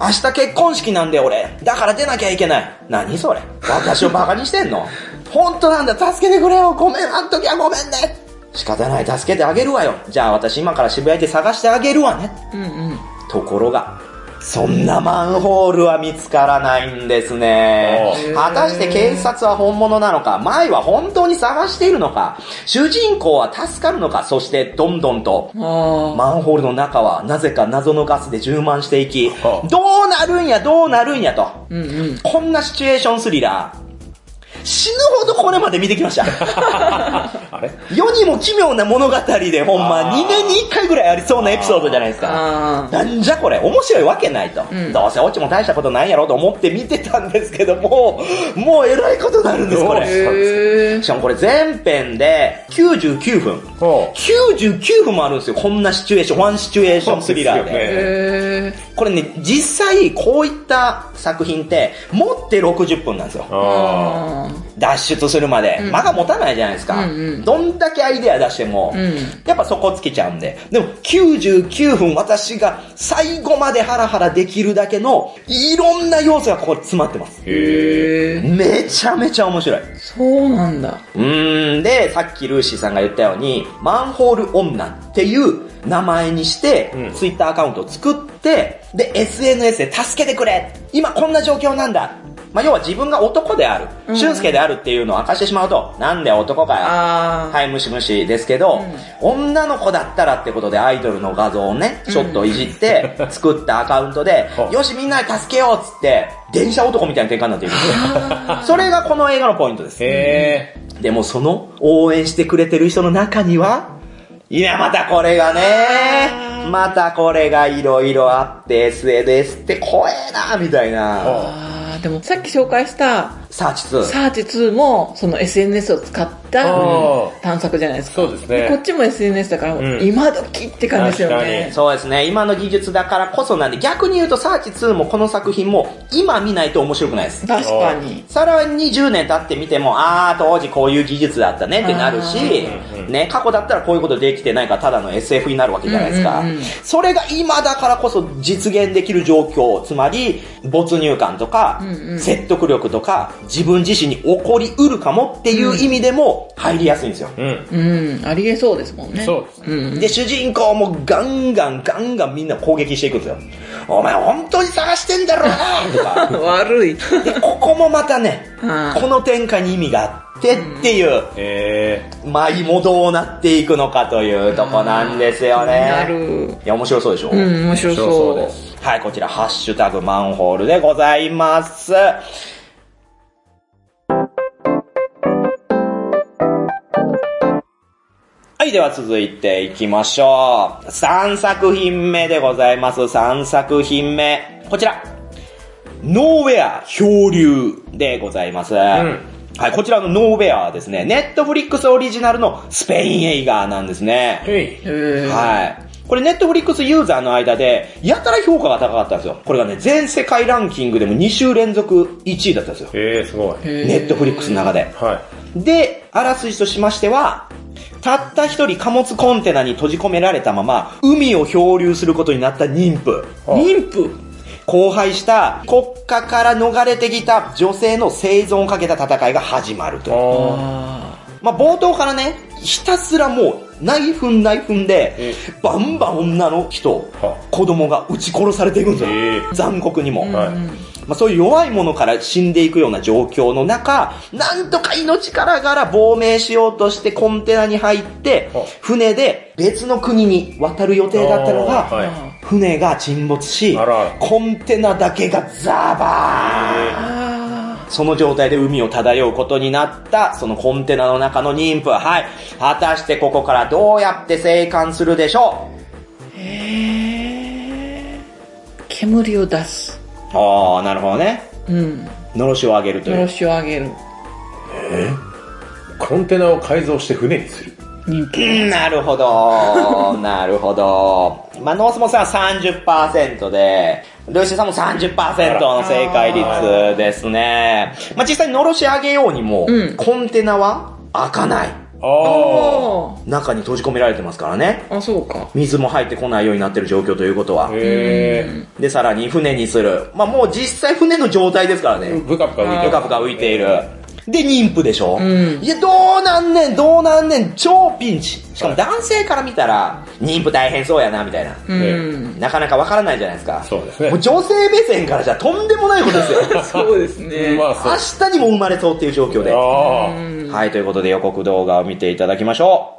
B: 明日結婚式なんで俺。だから出なきゃいけない。何それ私をバカにしてんの本当なんだ、助けてくれよ。ごめん、あん時はごめんね。仕方ない、助けてあげるわよ。じゃあ私今から渋谷で探してあげるわね。
C: うんうん。
B: ところが、そんなマンホールは見つからないんですね
D: お。
B: 果たして警察は本物なのか、前は本当に探しているのか、主人公は助かるのか、そしてどんどんと
C: あ
B: マンホールの中はなぜか謎のガスで充満していき、
D: はあ
B: どうなるんや、どうなるんやと。
C: あ。うんうん。
B: こんなシチュエーションスリラー。死ぬほどこれまで見てきました。
D: <laughs> あれ
B: 世にも奇妙な物語で、ほんま、
D: あー
B: 2年に1回ぐらいありそうなエピソードじゃないですか。
C: ああ。
B: なんじゃこれ、面白いわけないと。
C: ん
B: どうせオチも大したことないやろと思って見てたんですけども、もうえらいことになるんです、こ
D: どうし
B: れ。
D: たんです
C: へえ
B: し。かもこれ全編で99分。
D: かほう
B: 99分もあるんですよ、こんなシチュエーション、ワンシチュエーションスリラーで。
D: そうですよね
C: へえ。
B: これね、実際こういった作品って、持って60分なんですよ。
D: あ
C: あ
B: 脱出するまで、
C: ん
B: 間が持たないじゃないですか、
C: うんうん
B: どんだけアイデア出しても、
C: うん
B: やっぱそこつけちゃうんででも99分私が最後までハラハラできるだけのいろんな要素がここに詰まってます
D: ーへえ
C: へえ。
B: めちゃめちゃ面白い
C: そうなんだ。
B: うーんでさっきルーシーさんが言ったようにマンホール女っていう名前にして、
D: うん
B: ツイッターアカウントを作ってで SNS で助けてくれ今こんな状況なんだまあ、要は自分が男である、
C: ん
B: 俊介であるっていうのを明かしてしまうと、なんで男かよ、
C: ああ。
B: はい、ムシムシですけど、女の子だったらってことでアイドルの画像をね、ちょっといじ
D: <laughs>
B: って、作ったアカウントで、
D: うん
B: よし、みんなで助けようっつって、電車男みたいな展開になっているんですよ。それがこの映画のポイントです。
D: へえ
B: でもその、応援してくれてる人の中には、いや、またこれがね、またこれがいろいろあって、SNS って怖えな、みたいな。
C: ああ、でもさっき紹介した
B: さあ、実は。
C: サーチ2もその SNS を使った
D: あー
C: 探索じゃないですか。
D: そうですね
C: こっちも SNS だから、
D: ん
C: 今時って感じですよね。
B: そうですね。今の技術だからこそなんで、逆に言うと、サーチ2もこの作品も、今見ないと面白くないです。
C: 確かに。
B: さらに10年経ってみても、あー、当時こういう技術だったねってなるし、ね、過去だったらこういうことできてないから、ただの SF になるわけじゃないですか。
C: うんうんうん
B: それが今だからこそ実現できる状況、つまり、没入感とか、
C: んうん
B: 説得力とか、自分自身に起こりうるかもっていう意味でも、入りやすいんですよ。
D: うん
C: うん、ありえそうですもんね。
D: そうですね
C: うんうん。
B: で、主人公もガンガンガンガンみんな攻撃していくんですよ。お前本当に探してんだろうなとか。
C: 悪い。
B: で、ここもまたね、
C: うん
B: この展開に意味があってっていう、
D: へえ
B: 舞もどうなっていくのかというとこなんですよね。
C: なる。
B: いや、面白そうでしょ、
C: うん、面白そう。
D: 面白そうです
B: はい、こちら、ハッシュタグマンホールでございます。はい、では続いていきましょう。3作品目でございます。3作品目。こちら。ノーウェア漂流でございます。はい、こちらのノーウェアはですね、ネットフリックスオリジナルのスペイン映画なんですね。
D: へい
C: へー
B: はい。これ、ネットフリックスユーザーの間で、やたら評価が高かったんですよ。これがね、全世界ランキングでも2週連続1位だったんですよ。
D: へえすごい
C: へー
B: ネットフリックスの中で。
D: は
B: で、あらすじとしましては、たった一人貨物コンテナに閉じ込められたまま、海を漂流することになった妊婦。
C: 妊婦
B: 荒廃した国家から逃れてきた女性の生存をかけた戦いが始まる
D: い
B: と。
C: あ
D: あ
B: まあ、冒頭からね、ひたすらもう、内紛内紛で、バンバン女の人
D: は、
B: 子供が撃ち殺されていくんですよ
D: え。え
B: 残酷にも。
D: あはい
B: まあ、そういう弱いものから死んでいくような状況の中、なんとか命からがら亡命しようとしてコンテナに入って
D: は、
B: 船で別の国に渡る予定だったの
D: あー
B: が、
D: は
B: 船が沈没し
D: あらあら、
B: コンテナだけがザバーン
D: い
C: あ
B: その状態で海を漂うことになった、そのコンテナの中の妊婦。はい。果たしてここからどうやって生還するでしょう
C: ーへー煙を出す。
B: ああ、なるほどね。
C: うん。
B: のろしを上げると
C: よ
B: い
C: ろ
B: う。
C: しをあげる。
D: コンテナを改造して船にする
C: 妊婦。
B: なるほ <laughs> ど。なるほど。まあ、ノースモさんは30%で、ルーシーさんも30%の正解率ですね。まあ、実際のろし上げようにも、
C: うん
B: コンテナは開かない。
D: あ
B: 中に閉じ込められてますからね。
C: あ、そうか。
B: 水も入ってこないようになってる状況ということは
D: あ。へ
B: で、さらに船にする。まあ、もう実際船の状態ですから
D: え
B: ね。
D: ブカブカ浮いて
B: ぷかぷか浮いている。で、妊婦でしょ、
C: ん
B: いや、どうなんねん、どうなんねん、超ピンチ。しかも男性から見たら、妊婦大変そうやな、みたいな。
D: <laughs>
C: うん。
B: なかなかわからないじゃないですか。
D: そうですね
B: もう女性目線からじゃとんでもないことですよ。
C: そうですね。
D: まあそう
B: 明日にも生まれそうっていう状況で。
D: ああ
B: はい、ということで予告動画を見ていただきましょ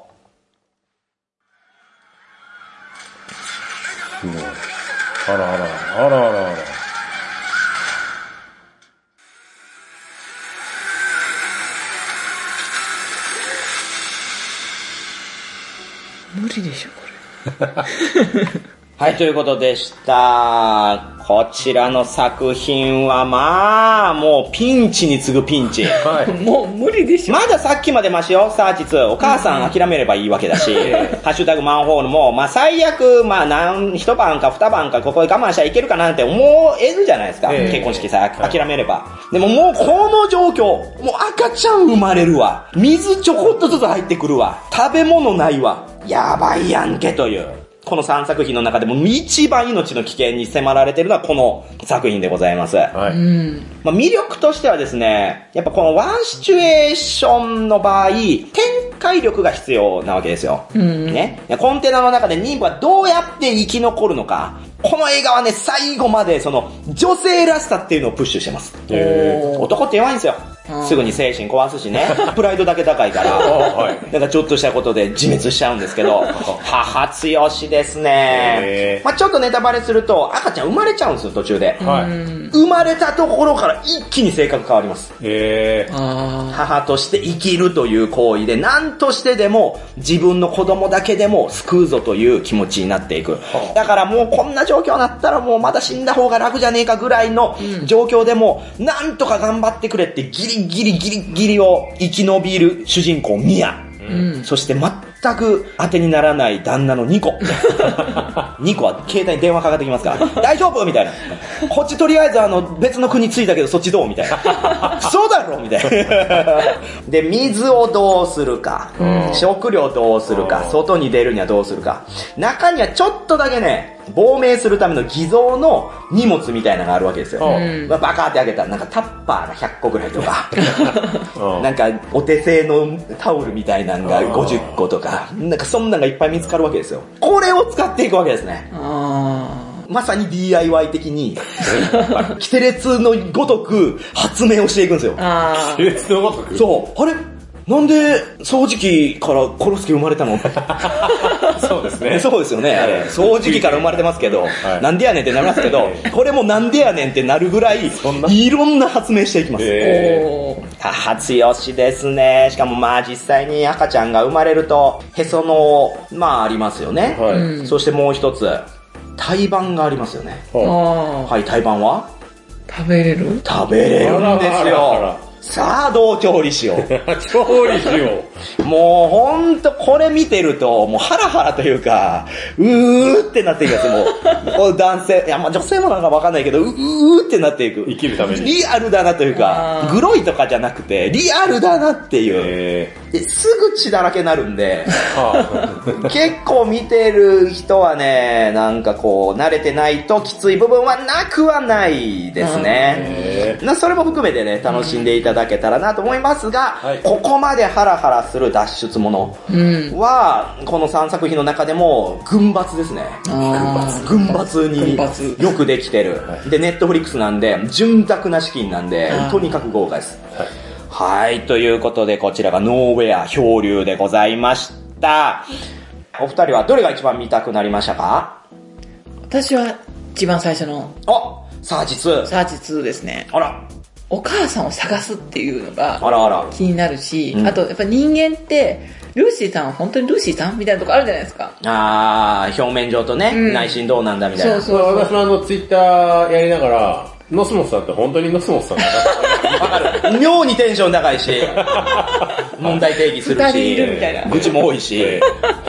D: あらあらあらあらあら。
C: 無理でしょ、これ。
B: はい、ということでした。こちらの作品はまあ、もうピンチに次ぐピンチ。
D: はい。
C: もう無理でしょ。
B: まださっきまでマシよ、サーチ2。お母さん諦めればいいわけだし、ハッシュタグマンホールも、まあ最悪、まあ何、一晩か二晩かここで我慢したらいけるかなんて思えるじゃないですか。
D: ええ
B: 結婚式さ、諦めれば。でももうこの状況、もう赤ちゃん生まれるわ。水ちょこっとずつ入ってくるわ。食べ物ないわ。やばいやんけという。この3作品の中でも一番命の危険に迫られてるのはこの作品でございます。
D: は
C: う
D: い。
C: ん。
B: まあ、魅力としてはですね、やっぱこのワンシチュエーションの場合、展開力が必要なわけですよ。
C: ん
B: ね。コンテナの中で妊婦はどうやって生き残るのか。この映画はね、最後までその女性らしさっていうのをプッシュしてます。
D: え
C: おー
B: 男って弱いんですよ
C: うん。
B: すぐに精神壊すし
C: <laughs>
B: ね。プライドだけ高いか
D: ー、あ
B: ら。
D: はい。
B: なんかちょっとしたことで自滅しちゃうんですけど、母強しですね
D: へ。ー
B: まあちょっとネタバレすると赤ちゃん生まれちゃうんですよ、途中で。
D: はい。
B: 生まれたところから一気に性格変わります。
D: えー、
C: あ
B: 母として生きるという行為で何としてでも自分の子供だけでも救うぞという気持ちになっていく。だからもうこんな状況になったらもうまだ死んだ方が楽じゃねえかぐらいの状況でもなんとか頑張ってくれってギリギリギリギリを生き延びる主人公ミア。
C: あ。うん。
B: そして全く当てにならない旦那のニコ。
D: <laughs>
B: ニコは携帯に電話かかってきますから、大丈夫みたいな。こっちとりあえずあの別の国着いたけどそっちどうみたい
D: <laughs>
B: な。そうだろみたいな。で、水をどうするか、食料どうするか、
D: うん
B: 外に出るにはどうするか。中にはちょっとだけね、亡命するための偽造の荷物みたいなのがあるわけですよ。
D: うん
B: まあバカーってあげたらなんかタッパーが100個ぐらいと
D: <laughs>
B: か。
D: うん
B: なんか、お手製のタオルみたいなのが50個とか、なんかそんなんがいっぱい見つかるわけですよ。これを使っていくわけですね。
C: あ
B: まさに DIY 的に、 <laughs> キテレツのごとく発明をしていくんですよ
C: あ。。あ
D: 亀裂のごとく
B: そう。あれなんで掃除機からコロスケ生ま
D: <laughs>
B: れたの
D: そうですね。
B: <laughs> そうですよね、あれ。掃除機から生まれてますけど、
D: はい
B: なんでやねんってなります
D: <laughs>
B: けど、これもなんでやねんってなるぐらい、
D: んない
B: ろんな発明していきます。
C: あ。
D: え
C: おー。
B: 母強しですね。しかもまあ実際に赤ちゃんが生まれると、へその、まあありますよね。
D: ー、はい。
C: うん
B: そしてもう一つ、胎盤がありますよね。
D: は
C: ああ。
B: はい、胎盤は
C: 食べれる
B: 食べれるんで
D: あ
B: す
D: らあらあら
B: よ。さあ、どう調理しよ
D: <laughs>
B: う。
D: い調理しよ
B: もうほんとこれ見てると、もうハラハラというか、うーってなっていくやつ、もうもう。男性、いやまあ女性もなんかわかんないけど、ううーってなっていく
D: う。。生きるた
C: <laughs>
D: めに。
B: リアルだなというか
C: あ、ー
B: グロいとかじゃなくて、リアルだなっていう。
D: え
B: ですぐ血だらけになるんで、 <laughs>
D: ー、は
B: 結構見てる人はね、なんかこう、慣れてないときつい部分はなくはないですね
D: へ。
B: なそれも含めてね、楽しんでいただけたらなと思いますが、
D: はい
B: ここまでハラハラする脱出もの
C: うん。
B: は、この3作品の中でも、群抜ですね。
C: あー
B: 群抜
C: 群抜
B: によくできてる。で、ネットフリックスなんで、潤沢な資金なんで
C: あ、ー
B: とにかく豪華です。
D: はい
B: はい、ということで、こちらがノーウェア漂流でございました。お二人はどれが一番見たくなりましたか
C: 私は一番最初の
B: あさあ実。
C: サーチ2ですね。
B: あら、
C: お母さんを探すっていうのが
B: あらあら。
C: 気になるし、
B: うん
C: あとやっぱ人間って、ルーシーさんは本当にルーシーさんみたいなとこあるじゃないですか。
B: あー、表面上とね、
C: うん
B: 内心どうなんだみたい
C: そ
B: な。
C: う
D: い。そう、
C: そう
D: 私
C: そう。
D: もあの、ツイッターやりながら、ノスモスさんって本当にノスモスさんだ
B: わかる。妙にテンション高い
C: <laughs>
B: し、問題定義する
C: 二人いるみたい
B: し、
C: な
B: 愚痴も多いし
D: え、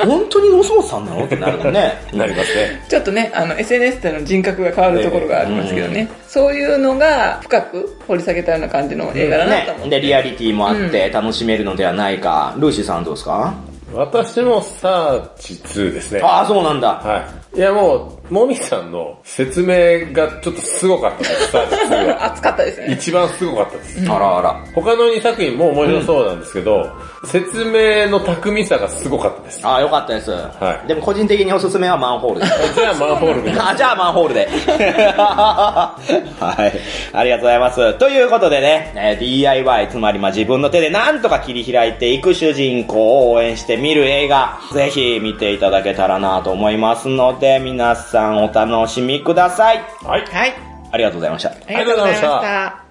B: 本当にロスモスさんなの <laughs> ってなるもんね。
D: ななりますね。
C: ちょっとね、あの、SNS での人格が変わるところがありますけどね。そういうのが深く掘り下げたような感じの映画だなと思
B: ね、
C: って。
B: で、リアリティもあって楽しめるのではないか。ルーシーさんどうですか
D: 私もサーチ2ですね。
B: ああ、そうなんだ。
D: はい。いやもう、もみさんの説明がちょっとすごかったです、サーチ2
C: <laughs>
D: は。
C: 熱かったですね。
D: 一番すごかったです。
B: あらあら。
D: 他の2作品も面白そうなんですけど、説明の巧みさがすごかったです。
B: ああ、よかったです。
D: はい
B: でも個人的におすすめはマンホー <laughs> ルです。
D: じゃあマンホールみたいな。
B: あ、じゃあマンホール <laughs> で。はい。ありがとうございます。ということでね、えー DIY、つまりまあ自分の手でなんとか切り開いていく主人公を応援して見る映画、ぜひ見ていただけたらなと思いますので、皆さんお楽しみください。
D: はい。
C: はい。
B: ありがとうございました。
C: ありがとうございまし
D: ありがとうござい
C: た。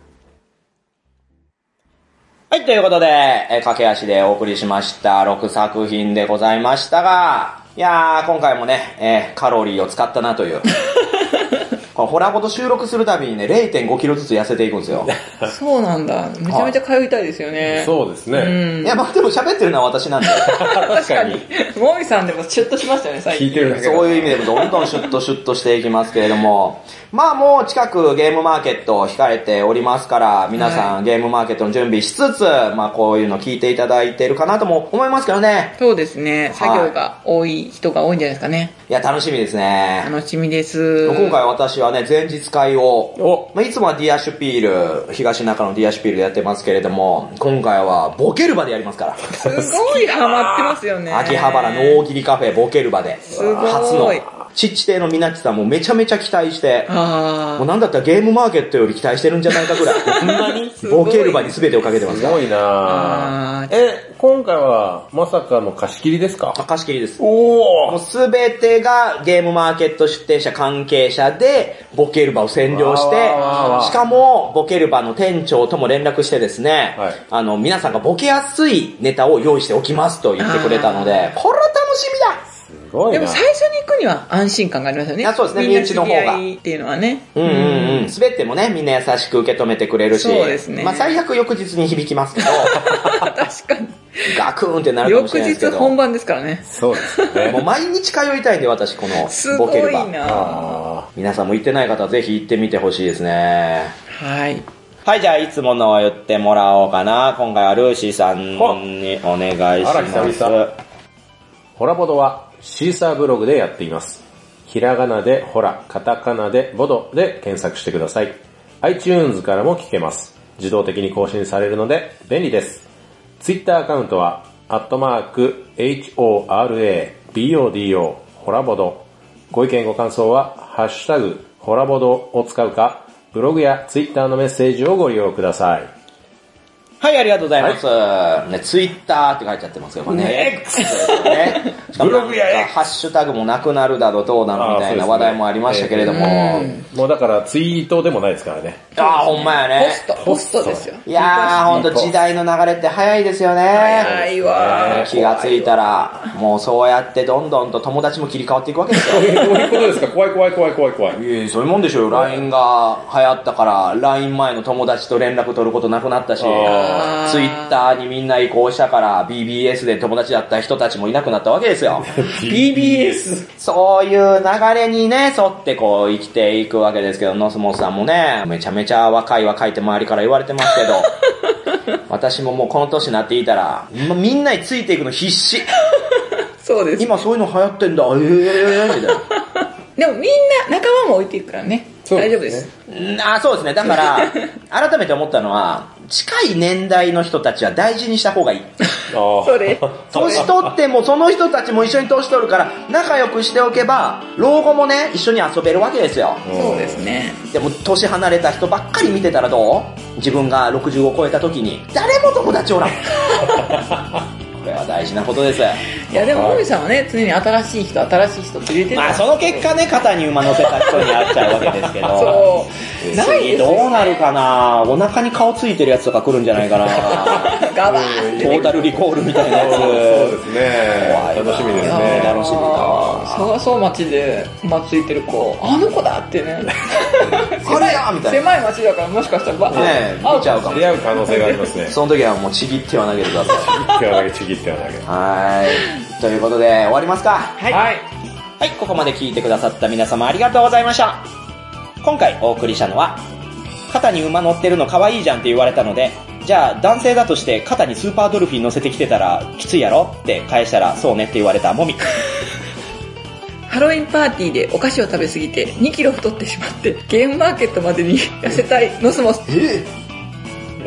B: はい、ということで、えー駆け足でお送りしました6作品でございましたが、いやー、今回もね、えーカロリーを使ったなと
D: <laughs>
B: いう。このホラボと収録するたびにね、0.5キロずつ痩せていくんですよ。
C: そうなんだ。めちゃめちゃ通いたいですよね。
D: そうです
C: う
D: ね。
B: い
C: ん。
B: や、まあでも喋ってるのは私なんで、
D: 確かに。
C: モミさんでもシュッとしましたね、最近。
D: 聞いてるだけだ
B: <laughs> そういう意味でもどんどんシュッとシュッとしていきますけれども、まあもう近くゲームマーケットを控えておりますから、皆さんゲームマーケットの準備しつつ、まあこういうの聞いていただいてるかなとも思いますけどね。
C: そうですね。作業が多い人が多いんじゃないですかね。
B: いや、楽しみですね。
C: 楽しみです。
B: 今回私はね、前日会を
D: お、
B: まあ、いつもはディアシュピール、東中野のディアシュピールでやってますけれども、今回はボケる場でやりますから。
C: すごいハマってますよね。
B: 秋葉原の大喜利カフェボケる場で。
C: すごい
B: 初の。ちっち亭のみなっちさんもめちゃめちゃ期待して、
C: あ
B: もうなんだったらゲームマーケットより期待してるんじゃないかぐ
C: <laughs>
B: らい。
D: んなに
C: すごい
B: ボケる場に全てをかけてます
D: す
B: か。
D: ごいな
C: あー
D: ぁえ、今回はまさかの貸し切りですから
B: 貸し切りです。も
D: お
B: うすべてがゲームマーケット出店者関係者で、ボケルバを占領して、
D: わーわーわー
B: しかも、ボケルバの店長とも連絡してですね、
D: はい
B: あの、皆さんがボケやすいネタを用意しておきますと言ってくれたので、これは楽しみだ
D: すご
C: ー
D: い
C: で
D: な
C: も最初に行くには安心感がありますよね。
B: いやそうですね
C: みんな
B: 身内の方が
C: 知り合いっていうのはね。
B: うんうんうん。滑ってもね、みんな優しく受け止めてくれるし。
C: そうですね
B: まあ最悪翌日に響きますけど、
C: 確かに。
B: ガクーンってなるかもし
C: 翌
B: れないですけ
C: 日
B: ど。
C: 本番ですからね。
D: そうです
B: <laughs>
D: よ
B: もう
D: ね。
B: 毎日通いたいんで私、この
C: す
B: ボ
C: ご
B: ケル
C: い
B: バ。
C: な
D: あ
B: 皆さんも行ってない方はぜひ行ってみてほしいですね。
C: はい。
B: はい、じゃあ、いつものを言ってもらおうかな。今回はルーシーさんにお願いし
D: あら
B: ます。
D: 久々ーホラボドはシーサーブログでやっています。ひらがなでホラ、カタカナでボドで検索してください。iTunes からも聞けます。自動的に更新されるので便利です。Twitter アカウントは、アットマーク、horabodo、ホラボド。ご意見ご感想は、ハッシュタグ、ホラボドを使うか、ブログや Twitter のメッセージをご利用ください。
B: はい、ありがとうございます。ね、ツイッターって書いちゃってますけどね。X ですよね。
D: <laughs> ブログや
B: しかも
D: X
B: ハッシュタグもなくなるだろう、どうなのみたいな
D: あーそうですね
B: 話題もありましたけれども。
D: もうだからツイートでもないですからね。
B: ああ、ほんまや
C: ポ
B: ね。
C: スト、ポストですよ。
B: いやー、ほんと時代の流れって早いですよね。
C: いわ
B: 気がついたら、もうそうやってどんどんと友達も切り替わっていくわけですよ。
D: <laughs> どういうことですか怖い怖い怖い怖い怖い。
B: いえいえ、そういうもんでしょうよ。LINE が流行ったから、LINE 前の友達と連絡取ることなくなったし、
D: あ
C: ー
B: Twitter にみんな移行したから、BBS で友達だった人たちもいなくなったわけです <laughs> よ。
D: BBS。
B: そういう流れにね、沿ってこう生きていくわけですけど、ノスモスさんもね、めちゃめちゃ若い若いって周りから言われてますけど、 <laughs> 私ももうこの年になっていたら、まみんなについていくの必死。
C: そうで
B: <laughs>
C: す。
B: 今そういうの流行ってんだ、ええみたいな。
C: でもみんな仲間も置いていくからね。
D: そう
C: 大
D: ですね
C: 丈夫です。
B: うんあそうですね。だ
C: <laughs>
B: から、改めて思ったのは、近い年代の人たちは大事にした方がいい。
C: それ。
B: 年取ってもその人たちも一緒に年取るから、仲良くしておけば、老後もね、一緒に遊べるわけですよ。
C: そうですね。
B: でも、年離れた人ばっかり見てたらどう自分が65を超えた時に、誰も友達お
C: <laughs>
B: らん。これは大事なことです。
C: いやでも、もみさんはね、常に新しい人、新しい人って入れてるから
B: まあ、その結果ね、肩に馬乗せた人に会っちゃうわけですけど。
C: <laughs> そう。ない
B: 次
C: です
B: ど
C: よ。
B: うなるかなお腹に顔ついてるやつとか来るんじゃないかな
C: ガバーン
B: ト
C: ってね
B: ータルリコールみたいな <laughs> やつ。
D: そうです
B: 怖い
D: ね。
B: な
D: 楽しみです
B: ね
D: ね。
B: 楽しみだ
C: そうそう街で、街ついてる子、あの子だっ
B: <laughs>
C: てね。
B: あれやみたいな。
C: 狭い街だからもしかしたらば、
B: ねえ、
C: あ
B: 見ちゃうかも
D: 出。会う可能性がありますね。
B: その時はもうちぎっては投げてください。
D: 今日はだけちぎってはだけ。
B: <laughs> はい。ということで、終わりますか。
C: はい。
B: はい、ここまで聞いてくださった皆様ありがとうございました。今回お送りしたのは、肩に馬乗ってるの可愛いじゃんって言われたので、じゃあ男性だとして肩にスーパードルフィン乗せてきてたらきついやろって返したらそうねって言われたもみ。
C: ハロウィンパーティーでお菓子を食べ過ぎて2キロ太ってしまって、ゲームマーケットまでに痩せたい、ノスモス。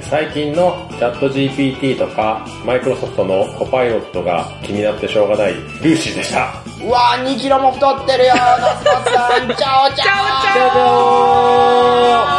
D: 最近のチャット GPT とか、マイクロソフトのコパイロットが気になってしょうがないルーシーでした。
B: うわー2キロも太ってるよ、ナスコさん。チャオチャオチャオチャオ